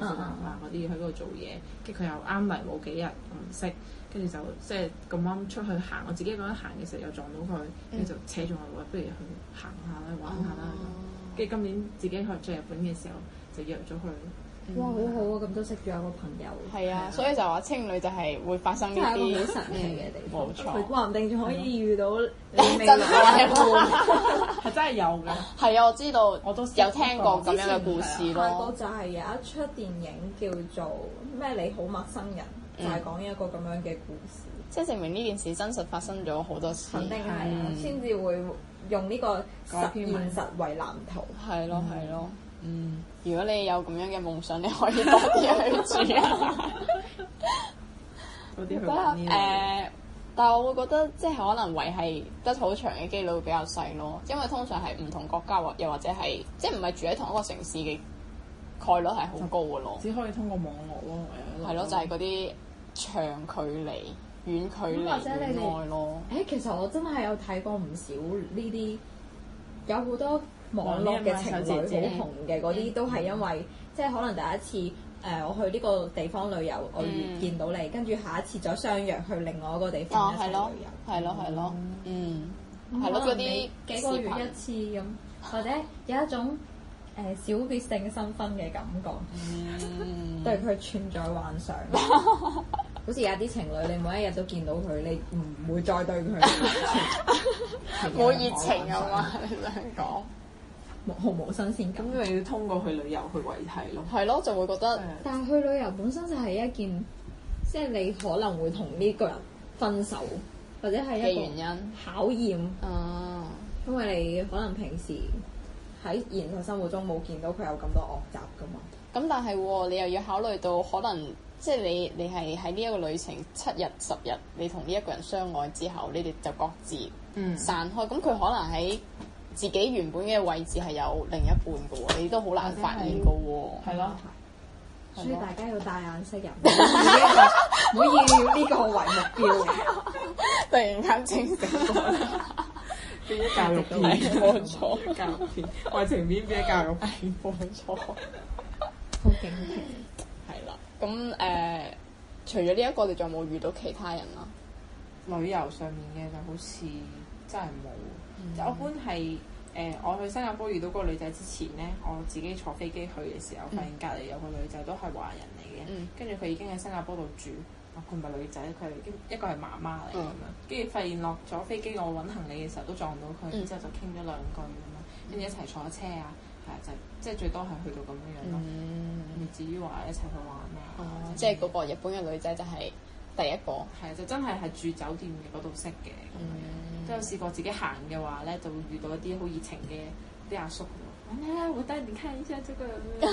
Speaker 2: 誒食飯啊嗰啲喺嗰度做嘢，跟住佢又啱嚟冇幾日，我唔識，跟住就即係咁啱出去行，我自己一個人行嘅時候又撞到佢，跟住就扯住我話不如去行下啦，玩下啦咁。跟住今年自己去最日本嘅時候，就約咗佢。 <laughs>
Speaker 5: 哇，好好啊！咁都識咗有個朋友，
Speaker 4: 係啊，所以就話青旅就係會發生呢
Speaker 5: 真係一個
Speaker 4: 啲
Speaker 5: 好神奇嘅地方。
Speaker 4: 嗯冇錯，
Speaker 5: 話唔定仲可以遇到
Speaker 4: <laughs>
Speaker 5: 你未
Speaker 4: 真
Speaker 5: 來
Speaker 4: 係
Speaker 2: 係真係有 <laughs> 㗎，
Speaker 4: <laughs> 係啊，我知道，
Speaker 2: 我都
Speaker 4: 有聽過咁樣嘅故
Speaker 5: 泰
Speaker 4: 事
Speaker 5: 國
Speaker 4: 咯。
Speaker 5: 就係有一出電影叫做咩你好陌生人，
Speaker 4: 嗯
Speaker 5: 就係講一個咁樣嘅故事，
Speaker 4: 即係證明呢件事真實發生咗好多次，
Speaker 5: 肯定係啦，先至會用呢個實現實為藍圖。
Speaker 4: 係咯係咯。嗯，如果你有咁樣嘅夢想，你可以多啲去住啊。
Speaker 2: 嗰啲
Speaker 4: 覺
Speaker 2: 去
Speaker 4: 得
Speaker 2: 玩
Speaker 4: 誒、
Speaker 2: 呢啲。
Speaker 4: 但係我會覺得即係可能維係得好長嘅機率會比較細咯，因為通常係唔同國家或又或者係即係唔係住喺同一個城市嘅概率係好高嘅咯。
Speaker 2: 只可以通過網絡咯，唯有
Speaker 4: 係咯，就係嗰啲長距離、遠距離
Speaker 5: 咁或者你哋
Speaker 4: 戀愛咯。
Speaker 5: 誒，其實我真係有睇過唔少呢啲，有好多網絡嘅情侶好紅嘅
Speaker 4: 啊
Speaker 5: 嗰啲，都係因為即係可能第一次誒、我去呢個地方旅遊，我遇
Speaker 4: 嗯
Speaker 5: 見到你，跟住下一次再相約去另外一個地
Speaker 4: 哦
Speaker 5: 方，一齊
Speaker 4: 係咯
Speaker 5: 旅遊。，
Speaker 4: 係咯，係咯，嗯，係
Speaker 5: 係
Speaker 4: 咯，
Speaker 5: 咯，
Speaker 4: 嗰
Speaker 5: 嗰
Speaker 4: 啲
Speaker 5: 啲幾個月
Speaker 4: 視頻
Speaker 5: 一次咁，或者有一種誒小別勝新婚嘅感覺， <laughs>
Speaker 4: 嗯
Speaker 5: 對佢存在幻
Speaker 4: <laughs>
Speaker 5: 想。好似有啲情侶，你每一日都見到佢，你唔會再對佢
Speaker 4: <laughs> 冇熱情啊嘛，你想講
Speaker 5: 冇毫無新鮮感。
Speaker 2: 咁你要通過去旅遊去維係咯。
Speaker 4: 係咯，就會覺得
Speaker 2: 啊
Speaker 5: 但係去旅遊本身就係一件，即係你可能會同呢個人分手，或者係
Speaker 4: 嘅
Speaker 5: 一
Speaker 4: 原
Speaker 5: 個
Speaker 4: 因，
Speaker 5: 考驗，
Speaker 4: 嗯，
Speaker 5: 因為你可能平時喺現實生活中冇見到佢有咁多惡習噶嘛。
Speaker 4: 咁但係喎，你又要考慮到可能即係你你係喺呢一個旅程七日十日，你同呢一個人相愛之後，你哋就各自
Speaker 2: 嗯
Speaker 4: 散開，咁佢可能喺自己原本嘅位置係有另一半嘅喎，你都好難發現嘅喎。
Speaker 2: 係咯，
Speaker 5: 所以大家要帶眼識人，唔
Speaker 4: <laughs>
Speaker 5: 好以呢個為目標嘅。
Speaker 4: 突然間清醒咗，
Speaker 2: 變咗教育
Speaker 4: 係
Speaker 2: 片，
Speaker 4: 冇錯，
Speaker 2: <laughs> 教育片，愛情片變咗教育片，
Speaker 4: 冇錯。
Speaker 5: 好勁奇，
Speaker 4: 係啦，咁誒、呃除咗呢一個，你仲有冇遇到其他人啊？
Speaker 2: 旅遊上面嘅就好似真係
Speaker 4: 嗯
Speaker 2: 冇，就一般係誒、我去新加坡遇到嗰個女仔之前咧，我自己坐飛機去嘅時候，發現隔離有個女仔都係華人嚟嘅
Speaker 4: 嗯，
Speaker 2: 跟住佢已經喺新加坡度住。啊佢唔係女仔，佢係一個係媽媽嚟
Speaker 4: 嗯
Speaker 2: 咁樣，跟住發現落咗飛機，我揾行李嘅時候都撞到佢，
Speaker 4: 嗯
Speaker 2: 之後就傾咗兩句咁樣，跟住一齊坐車啊，係啊就即係最多係去到咁樣樣咯，未至於話一齊去玩啊，或者
Speaker 4: 嗯哦即係嗰個日本嘅女仔就係第一個。
Speaker 2: 係啊就真係係住酒店嘅嗰度識嘅咁樣，
Speaker 4: 嗯
Speaker 2: 都有試過自己行嘅話咧，就會遇到一啲好熱情嘅啲阿
Speaker 4: <laughs>
Speaker 2: 叔喎，嚟來來，我帶你看一下這個咩咩，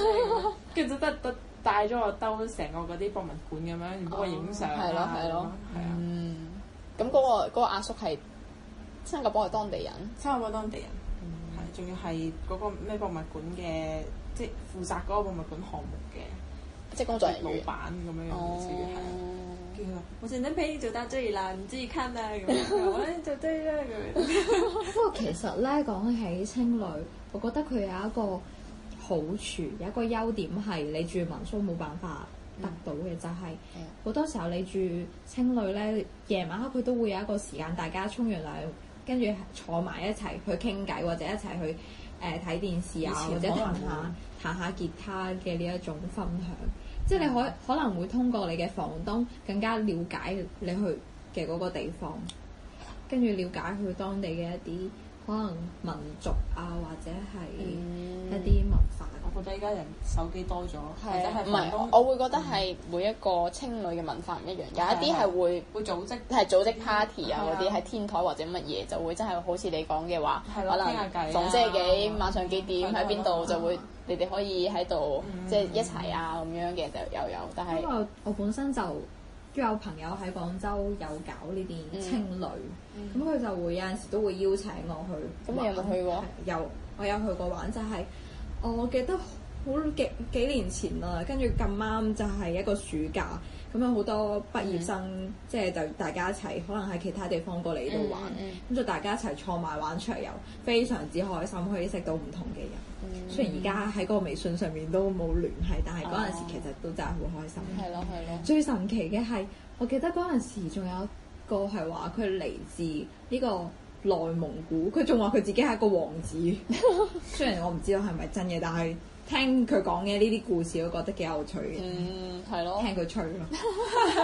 Speaker 2: 跟住就得得帶咗我兜成個嗰啲博物館咁樣，幫我影相啊
Speaker 4: 係咯係咯，
Speaker 2: 係啊，
Speaker 4: 嗯，咁嗰、個嗰個阿叔係新加坡嘅當地人，
Speaker 2: 新加坡當地人，
Speaker 4: 嗯
Speaker 2: 係仲要係嗰個咩博物館嘅，即係負責嗰個博物館項目嘅
Speaker 4: 即係工作人
Speaker 2: 老闆
Speaker 4: 員。
Speaker 2: 咁樣樣，似係啊。
Speaker 4: 哦，
Speaker 2: 跟住佢話我陣間陪你走到這裡啦，你自己看啦咁樣，我咧就對啦咁樣。
Speaker 5: 不過其實咧講起青旅，我覺得佢有一個好處，有一個優點係你住民宿冇辦法得到嘅，就係、
Speaker 4: 嗯
Speaker 5: 好多時候你住青旅咧，夜晚黑佢都會有一個時間，大家沖完涼，跟住坐埋一齊去傾偈，或者一齊去誒睇、電視啊，
Speaker 2: 以前
Speaker 5: 或者
Speaker 2: 可能
Speaker 5: 彈下彈下吉他嘅呢一種分享。即係你
Speaker 2: 嗯
Speaker 5: 可可能會通過你嘅房東更加了解你去嘅嗰個地方，跟住了解佢當地嘅一啲可能民族啊，或者係一啲文化。
Speaker 4: 嗯
Speaker 2: 我覺得依家人手機多咗，或者
Speaker 4: 係啊
Speaker 2: 係
Speaker 4: 唔
Speaker 2: 房
Speaker 4: 係
Speaker 2: 東？
Speaker 4: 我會覺得係每一個青旅嘅文化唔一樣，有一啲係會。
Speaker 2: 會組織
Speaker 4: 係組織 party 啊
Speaker 2: 嗯係啊
Speaker 4: 嗰啲喺天台或者乜嘢就會真係好似你講嘅話，
Speaker 2: 係
Speaker 4: 可
Speaker 2: 咯
Speaker 4: 能
Speaker 2: 傾下偈啊
Speaker 4: 總之係幾晚上幾點
Speaker 2: 係
Speaker 4: 喺
Speaker 2: 咯
Speaker 4: 邊度
Speaker 2: 係咯
Speaker 4: 就會你哋可以喺度
Speaker 2: 嗯啊
Speaker 4: 即係一齊啊咁樣嘅就又有，但
Speaker 5: 因
Speaker 4: 係
Speaker 5: 為我本身就都有朋友喺廣州有搞呢
Speaker 4: 嗯
Speaker 5: 啲青旅，咁佢、就會有陣時都會邀請我去玩。
Speaker 4: 咁你有冇去過
Speaker 5: 係有，我有去過玩，就係、我記得好幾幾年前啦，跟住咁啱就係一個暑假，咁有好多畢業生，
Speaker 4: 嗯
Speaker 5: 即係就大家一齊，可能喺其他地方過嚟呢度玩，咁、
Speaker 4: 嗯
Speaker 5: 就大家一齊坐埋玩桌遊，非常之開心，可以識到唔同嘅人。雖然而家喺個微信上面都冇聯繫，但係嗰陣時其實都真係好開心。
Speaker 4: 係咯係咯，
Speaker 5: 最神奇嘅係，我記得嗰陣時仲有一個係話佢嚟自呢個內蒙古，佢仲話佢自己係一個王子。雖然我唔知道係咪真嘅，但係聽佢講嘅呢啲故事，我覺得幾有趣嘅。
Speaker 4: 嗯係咯，
Speaker 5: 聽佢吹咯，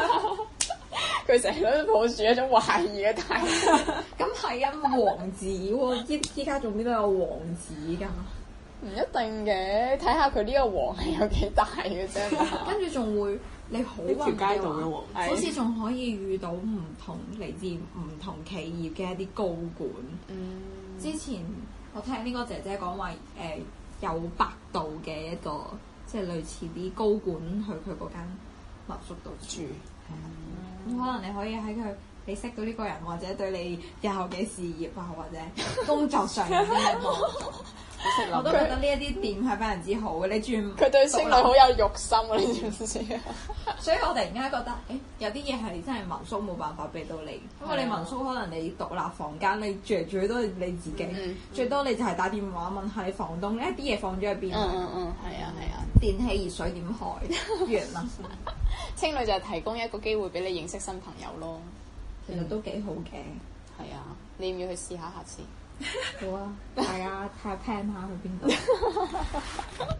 Speaker 4: <laughs> 佢成日都抱住一種懷疑嘅態 <laughs> 度，
Speaker 5: 咁係啊，王子喎，依依家仲邊度有王子㗎？
Speaker 4: 唔一定嘅，睇下佢呢個王係有幾大嘅啫。
Speaker 5: 跟住仲會你好
Speaker 2: 呢條
Speaker 5: 運
Speaker 2: 街
Speaker 5: 嘅
Speaker 2: 道嘅
Speaker 5: 話
Speaker 2: 王
Speaker 4: 子
Speaker 5: 好似仲可以遇到唔同嚟自唔同企業嘅一啲高管。
Speaker 4: 嗯，
Speaker 5: 之前我聽呢個姐姐講話，誒、有百度嘅一個即係類似啲高管去佢嗰間民宿度住，係啊，咁、可能你可以喺佢你識到呢個人，或者對你日後嘅事業啊，或者工作上嘅呢一個，我都覺得呢一啲點係非常之好嘅。你轉
Speaker 4: 佢對星女好有肉心啊！你知唔知啊？
Speaker 5: 所以我突然間覺得，誒、有啲嘢係真係民宿冇辦法俾到你，因為你民宿可能你獨立房間，你住嚟住去都係你自己，
Speaker 4: 嗯
Speaker 5: 最多你就係打電話問下你房東，呢一啲嘢放咗喺邊，
Speaker 4: 嗯嗯嗯，係啊係啊。
Speaker 5: 電器熱水點開，完 <laughs> 啦，
Speaker 4: 青旅就係提供一個機會俾你認識新朋友咯。
Speaker 5: 其實都幾好嘅，
Speaker 4: 係啊，你要唔要去試下下次？
Speaker 5: 好啊，大家睇下 plan 下去邊 <laughs> 度，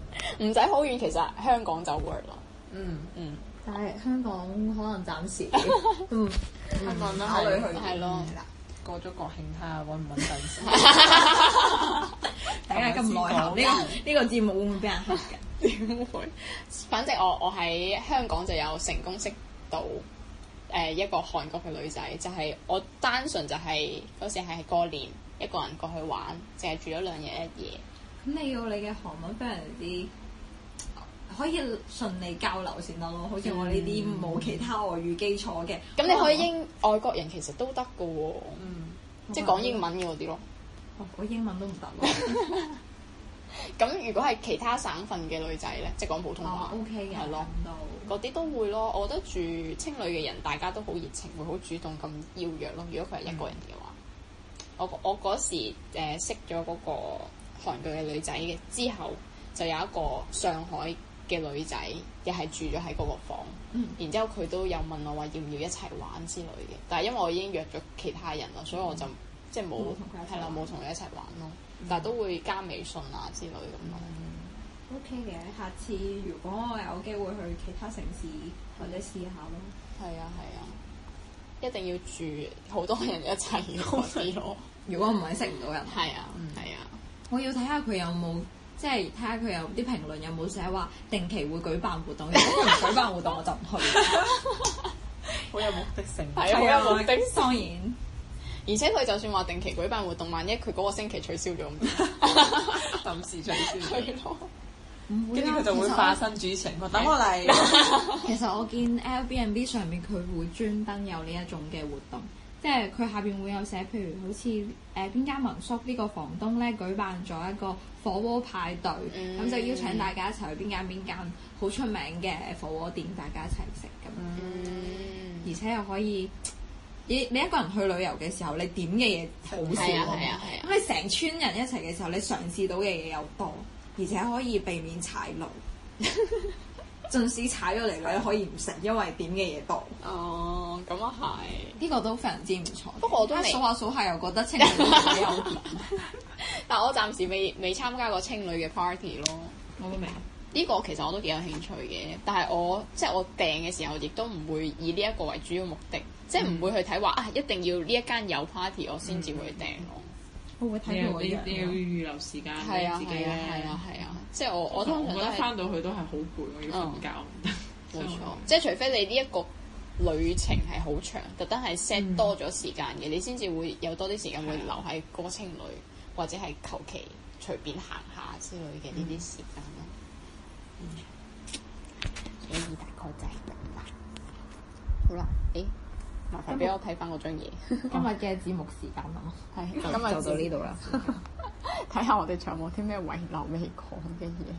Speaker 4: 唔使好遠，其實香港就 work 啦。
Speaker 2: 嗯，
Speaker 4: 嗯，
Speaker 5: 但係香港可能暫時，嗯，
Speaker 2: 香港都
Speaker 5: 考慮去，
Speaker 4: 係咯
Speaker 5: 係啦
Speaker 2: 過咗國慶睇下揾唔揾第
Speaker 4: <laughs>
Speaker 2: 先。
Speaker 5: 大家咁內涵呢個呢個節目會唔會俾人黑嘅？
Speaker 4: 點會？ <laughs> 反正我我喺香港就有成功識到誒、一個韓國嘅女仔，就係、我單純就係、嗰時係過年一個人過去玩，淨係住咗兩日一夜。
Speaker 5: 咁你要你嘅韓文非常之可以順利交流先得咯，好似我呢啲冇其他外語基礎嘅，哦
Speaker 4: 咁你可以英外國人其實都得嘅喎，
Speaker 2: 嗯，
Speaker 4: 即係
Speaker 5: 啊
Speaker 4: 講英文嘅嗰啲咯。
Speaker 5: 哦，我英文都唔得咯，
Speaker 4: 咁如果係其他省份嘅女仔咧，即係講普通
Speaker 5: 哦
Speaker 4: 話
Speaker 5: ，OK 嘅，
Speaker 4: 係咯。
Speaker 5: 到
Speaker 4: 嗰啲都會咯，我覺得住青旅嘅人大家都好熱情，會好主動咁邀約咯。如果佢係一個人嘅話，
Speaker 5: 嗯
Speaker 4: 我我嗰時誒、呃、識咗嗰個韓國嘅女仔嘅之後，就有一個上海嘅女仔，又係住咗喺嗰個房。
Speaker 5: 嗯
Speaker 4: 然之後佢都有問我話要唔要一齊玩之類嘅，但係因為我已經約咗其他人啦，所以我就即係冇
Speaker 5: 嗯冇同佢一齊嗯
Speaker 4: 係啦，冇同佢一齊玩咯。但係都會加微信啊之類咁咯。
Speaker 5: OK 嘅，下次如果我有機會去其他城市或者試下咯。
Speaker 4: 係啊係啊，一定要住好多人一齊嗰啲咯。
Speaker 5: 如果唔係識唔到人，
Speaker 4: 係啊係啊，
Speaker 5: 我要睇下佢有冇。即係睇下佢有啲評論有冇寫話定期會舉辦活動，如果佢唔舉辦活動我就唔去。
Speaker 2: 好有目的性。
Speaker 4: 係啊，好有目的。
Speaker 5: 當然。
Speaker 4: 而且佢就算話定期舉辦活動，萬一佢嗰個星期取消咗， <laughs>
Speaker 2: 抌事最先，
Speaker 4: 係咯，
Speaker 5: 唔會
Speaker 2: 跟住
Speaker 5: 啊
Speaker 2: 佢就會
Speaker 5: 其實
Speaker 2: 化
Speaker 5: 我
Speaker 2: 身主持人，佢話等我嚟。
Speaker 5: 其實我見 Airbnb 上面佢會專登有呢一種嘅活動，即係佢下邊會有寫，譬如好似誒邊間民宿呢個房東咧舉辦咗一個火鍋派對，咁、
Speaker 4: 嗯
Speaker 5: 就邀請大家一齊去邊間邊間好出名嘅火鍋店，大家一齊食咁，
Speaker 4: 嗯，
Speaker 5: 而且又可以。你你一個人去旅遊嘅時候，你點嘅嘢好少
Speaker 4: 係啊
Speaker 5: 好
Speaker 4: 係
Speaker 5: 嘛
Speaker 4: 啊係啊
Speaker 5: 咁你成村人一齊嘅時候，你嘗試到嘅嘢又多，而且可以避免踩 <laughs> 雷。盡使踩咗嚟，你可以唔食，因為點嘅嘢多。
Speaker 4: 哦，咁啊 <laughs> 係。
Speaker 5: 呢個都非常之唔錯。
Speaker 4: 不過我都未
Speaker 5: 啊數下數下又覺得青年嘅優點，
Speaker 4: <laughs> 但我暫時未未參加過青旅嘅 party 咯。
Speaker 5: <laughs> 我都明。
Speaker 4: 呢個其實我都幾有興趣嘅，但係我即係我訂嘅時候，亦都唔會以呢一個為主要目的，即係唔會去睇話啊，一定要呢一間有 party 我先至會訂咯。
Speaker 5: 會唔會睇佢個
Speaker 2: 你要你要
Speaker 5: 樣啊？
Speaker 2: 預留時間
Speaker 4: 係啊
Speaker 2: 俾自己
Speaker 4: 係啊係
Speaker 2: 咧
Speaker 4: 啊。係啊，即係我我通常
Speaker 2: 覺
Speaker 4: 都
Speaker 2: 得
Speaker 4: 係哦
Speaker 2: 翻到去都係好攰，我要瞓覺。
Speaker 4: 冇
Speaker 2: <laughs>
Speaker 4: 錯，即係除非你呢一個旅程係好長，特登係 set 多咗時間嘅，你先至會有多啲時間會留喺歌青旅，或者係求其隨便行下之類嘅呢啲時間咯。嗯，所以大概就係咁啦。好啦，誒，麻煩俾我睇翻嗰張嘢，
Speaker 5: 今日嘅節目時間啊，
Speaker 4: <laughs> 係今
Speaker 5: 就
Speaker 4: 日
Speaker 5: 就到呢度啦。 <laughs>
Speaker 4: 睇下我哋仲有冇啲咩遺留未講嘅嘢。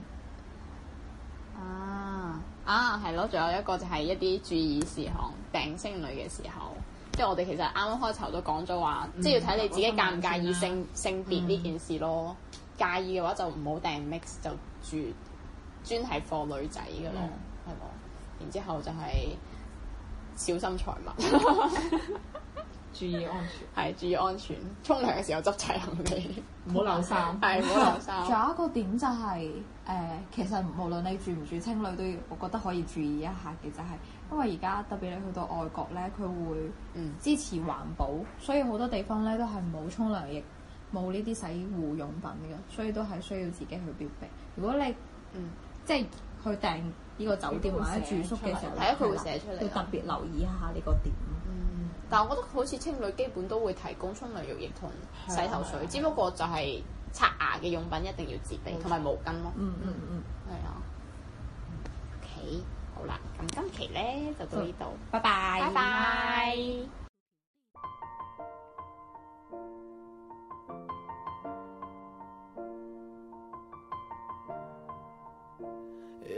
Speaker 4: 啊啊，係咯，仲有一個就係一啲注意事項，病徵類嘅時候，即係我哋其實啱啱開頭都講咗話，
Speaker 5: 嗯
Speaker 4: 即係要睇你自己介唔介意性性別呢件事咯。介意嘅話就唔好訂 mix，就住專係 for 女仔嘅咯，
Speaker 5: 嗯
Speaker 4: 係咯。然之後就係小心財物，
Speaker 5: <laughs>
Speaker 2: 注意安全，
Speaker 4: 係注意安全。沖涼嘅時候執齊行
Speaker 5: <laughs>
Speaker 4: 李，
Speaker 2: 唔好漏衫。
Speaker 4: 係 <laughs> 唔好留衫。
Speaker 5: 仲有一個點就係、誒、其實無論你住唔住青旅，都要我覺得可以注意一下嘅就係、因為而家特別你去到外國咧，佢會
Speaker 4: 嗯
Speaker 5: 支持環保，所以好多地方咧都係冇沖涼液、冇呢啲洗護用品嘅，所以都係需要自己去必備。如果你
Speaker 4: 嗯
Speaker 5: 即係去訂呢個酒店或者住宿嘅時候，
Speaker 4: 係啊佢會
Speaker 5: 啦
Speaker 4: 寫出嚟啊
Speaker 5: 要特別留意一下呢個點。
Speaker 4: 但我覺得好似青旅基本都會提供沖涼浴液同洗頭
Speaker 5: 啊
Speaker 4: 水，只不過就係刷牙嘅用品一定要自備，同埋毛巾咯。
Speaker 5: 嗯嗯嗯，
Speaker 4: 係啊。OK，好啦，咁今期咧就到呢度，
Speaker 5: 拜拜，
Speaker 4: 拜拜。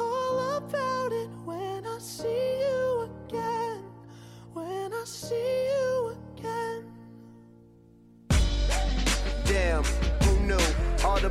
Speaker 6: all about it when I see you again. When I see you again.
Speaker 7: Damn, who knew? All the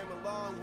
Speaker 7: Came a long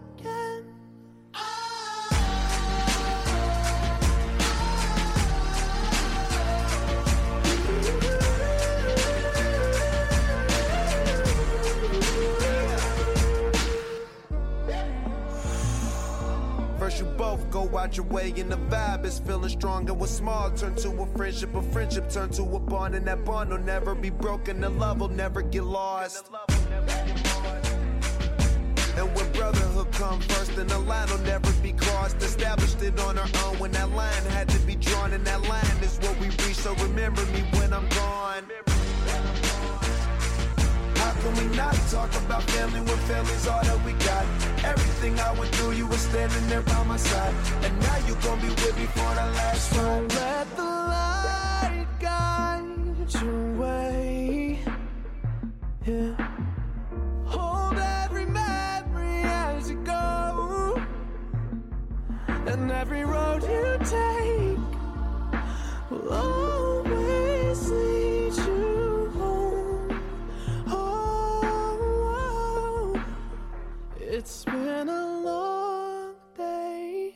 Speaker 6: again.
Speaker 7: First you both go out your way and the vibe is feeling strong and what's small turn to a friendship, a friendship turn to a bond and that bond will never be broken, the love will never get lost. And when brotherhood come first, then the line will never be crossed. Established it on our own when that line had to be drawn, and that line is what we reach. So remember me when I'm gone. How can we not talk about family when family's all that we got? Everything I went through, you were standing there by my side. And now you gon' be with me for the last
Speaker 6: So
Speaker 7: ride.
Speaker 6: let the light guide your way. Yeah. Hold every memory as you go, and every road you take will always lead you home. Oh, it's been a long day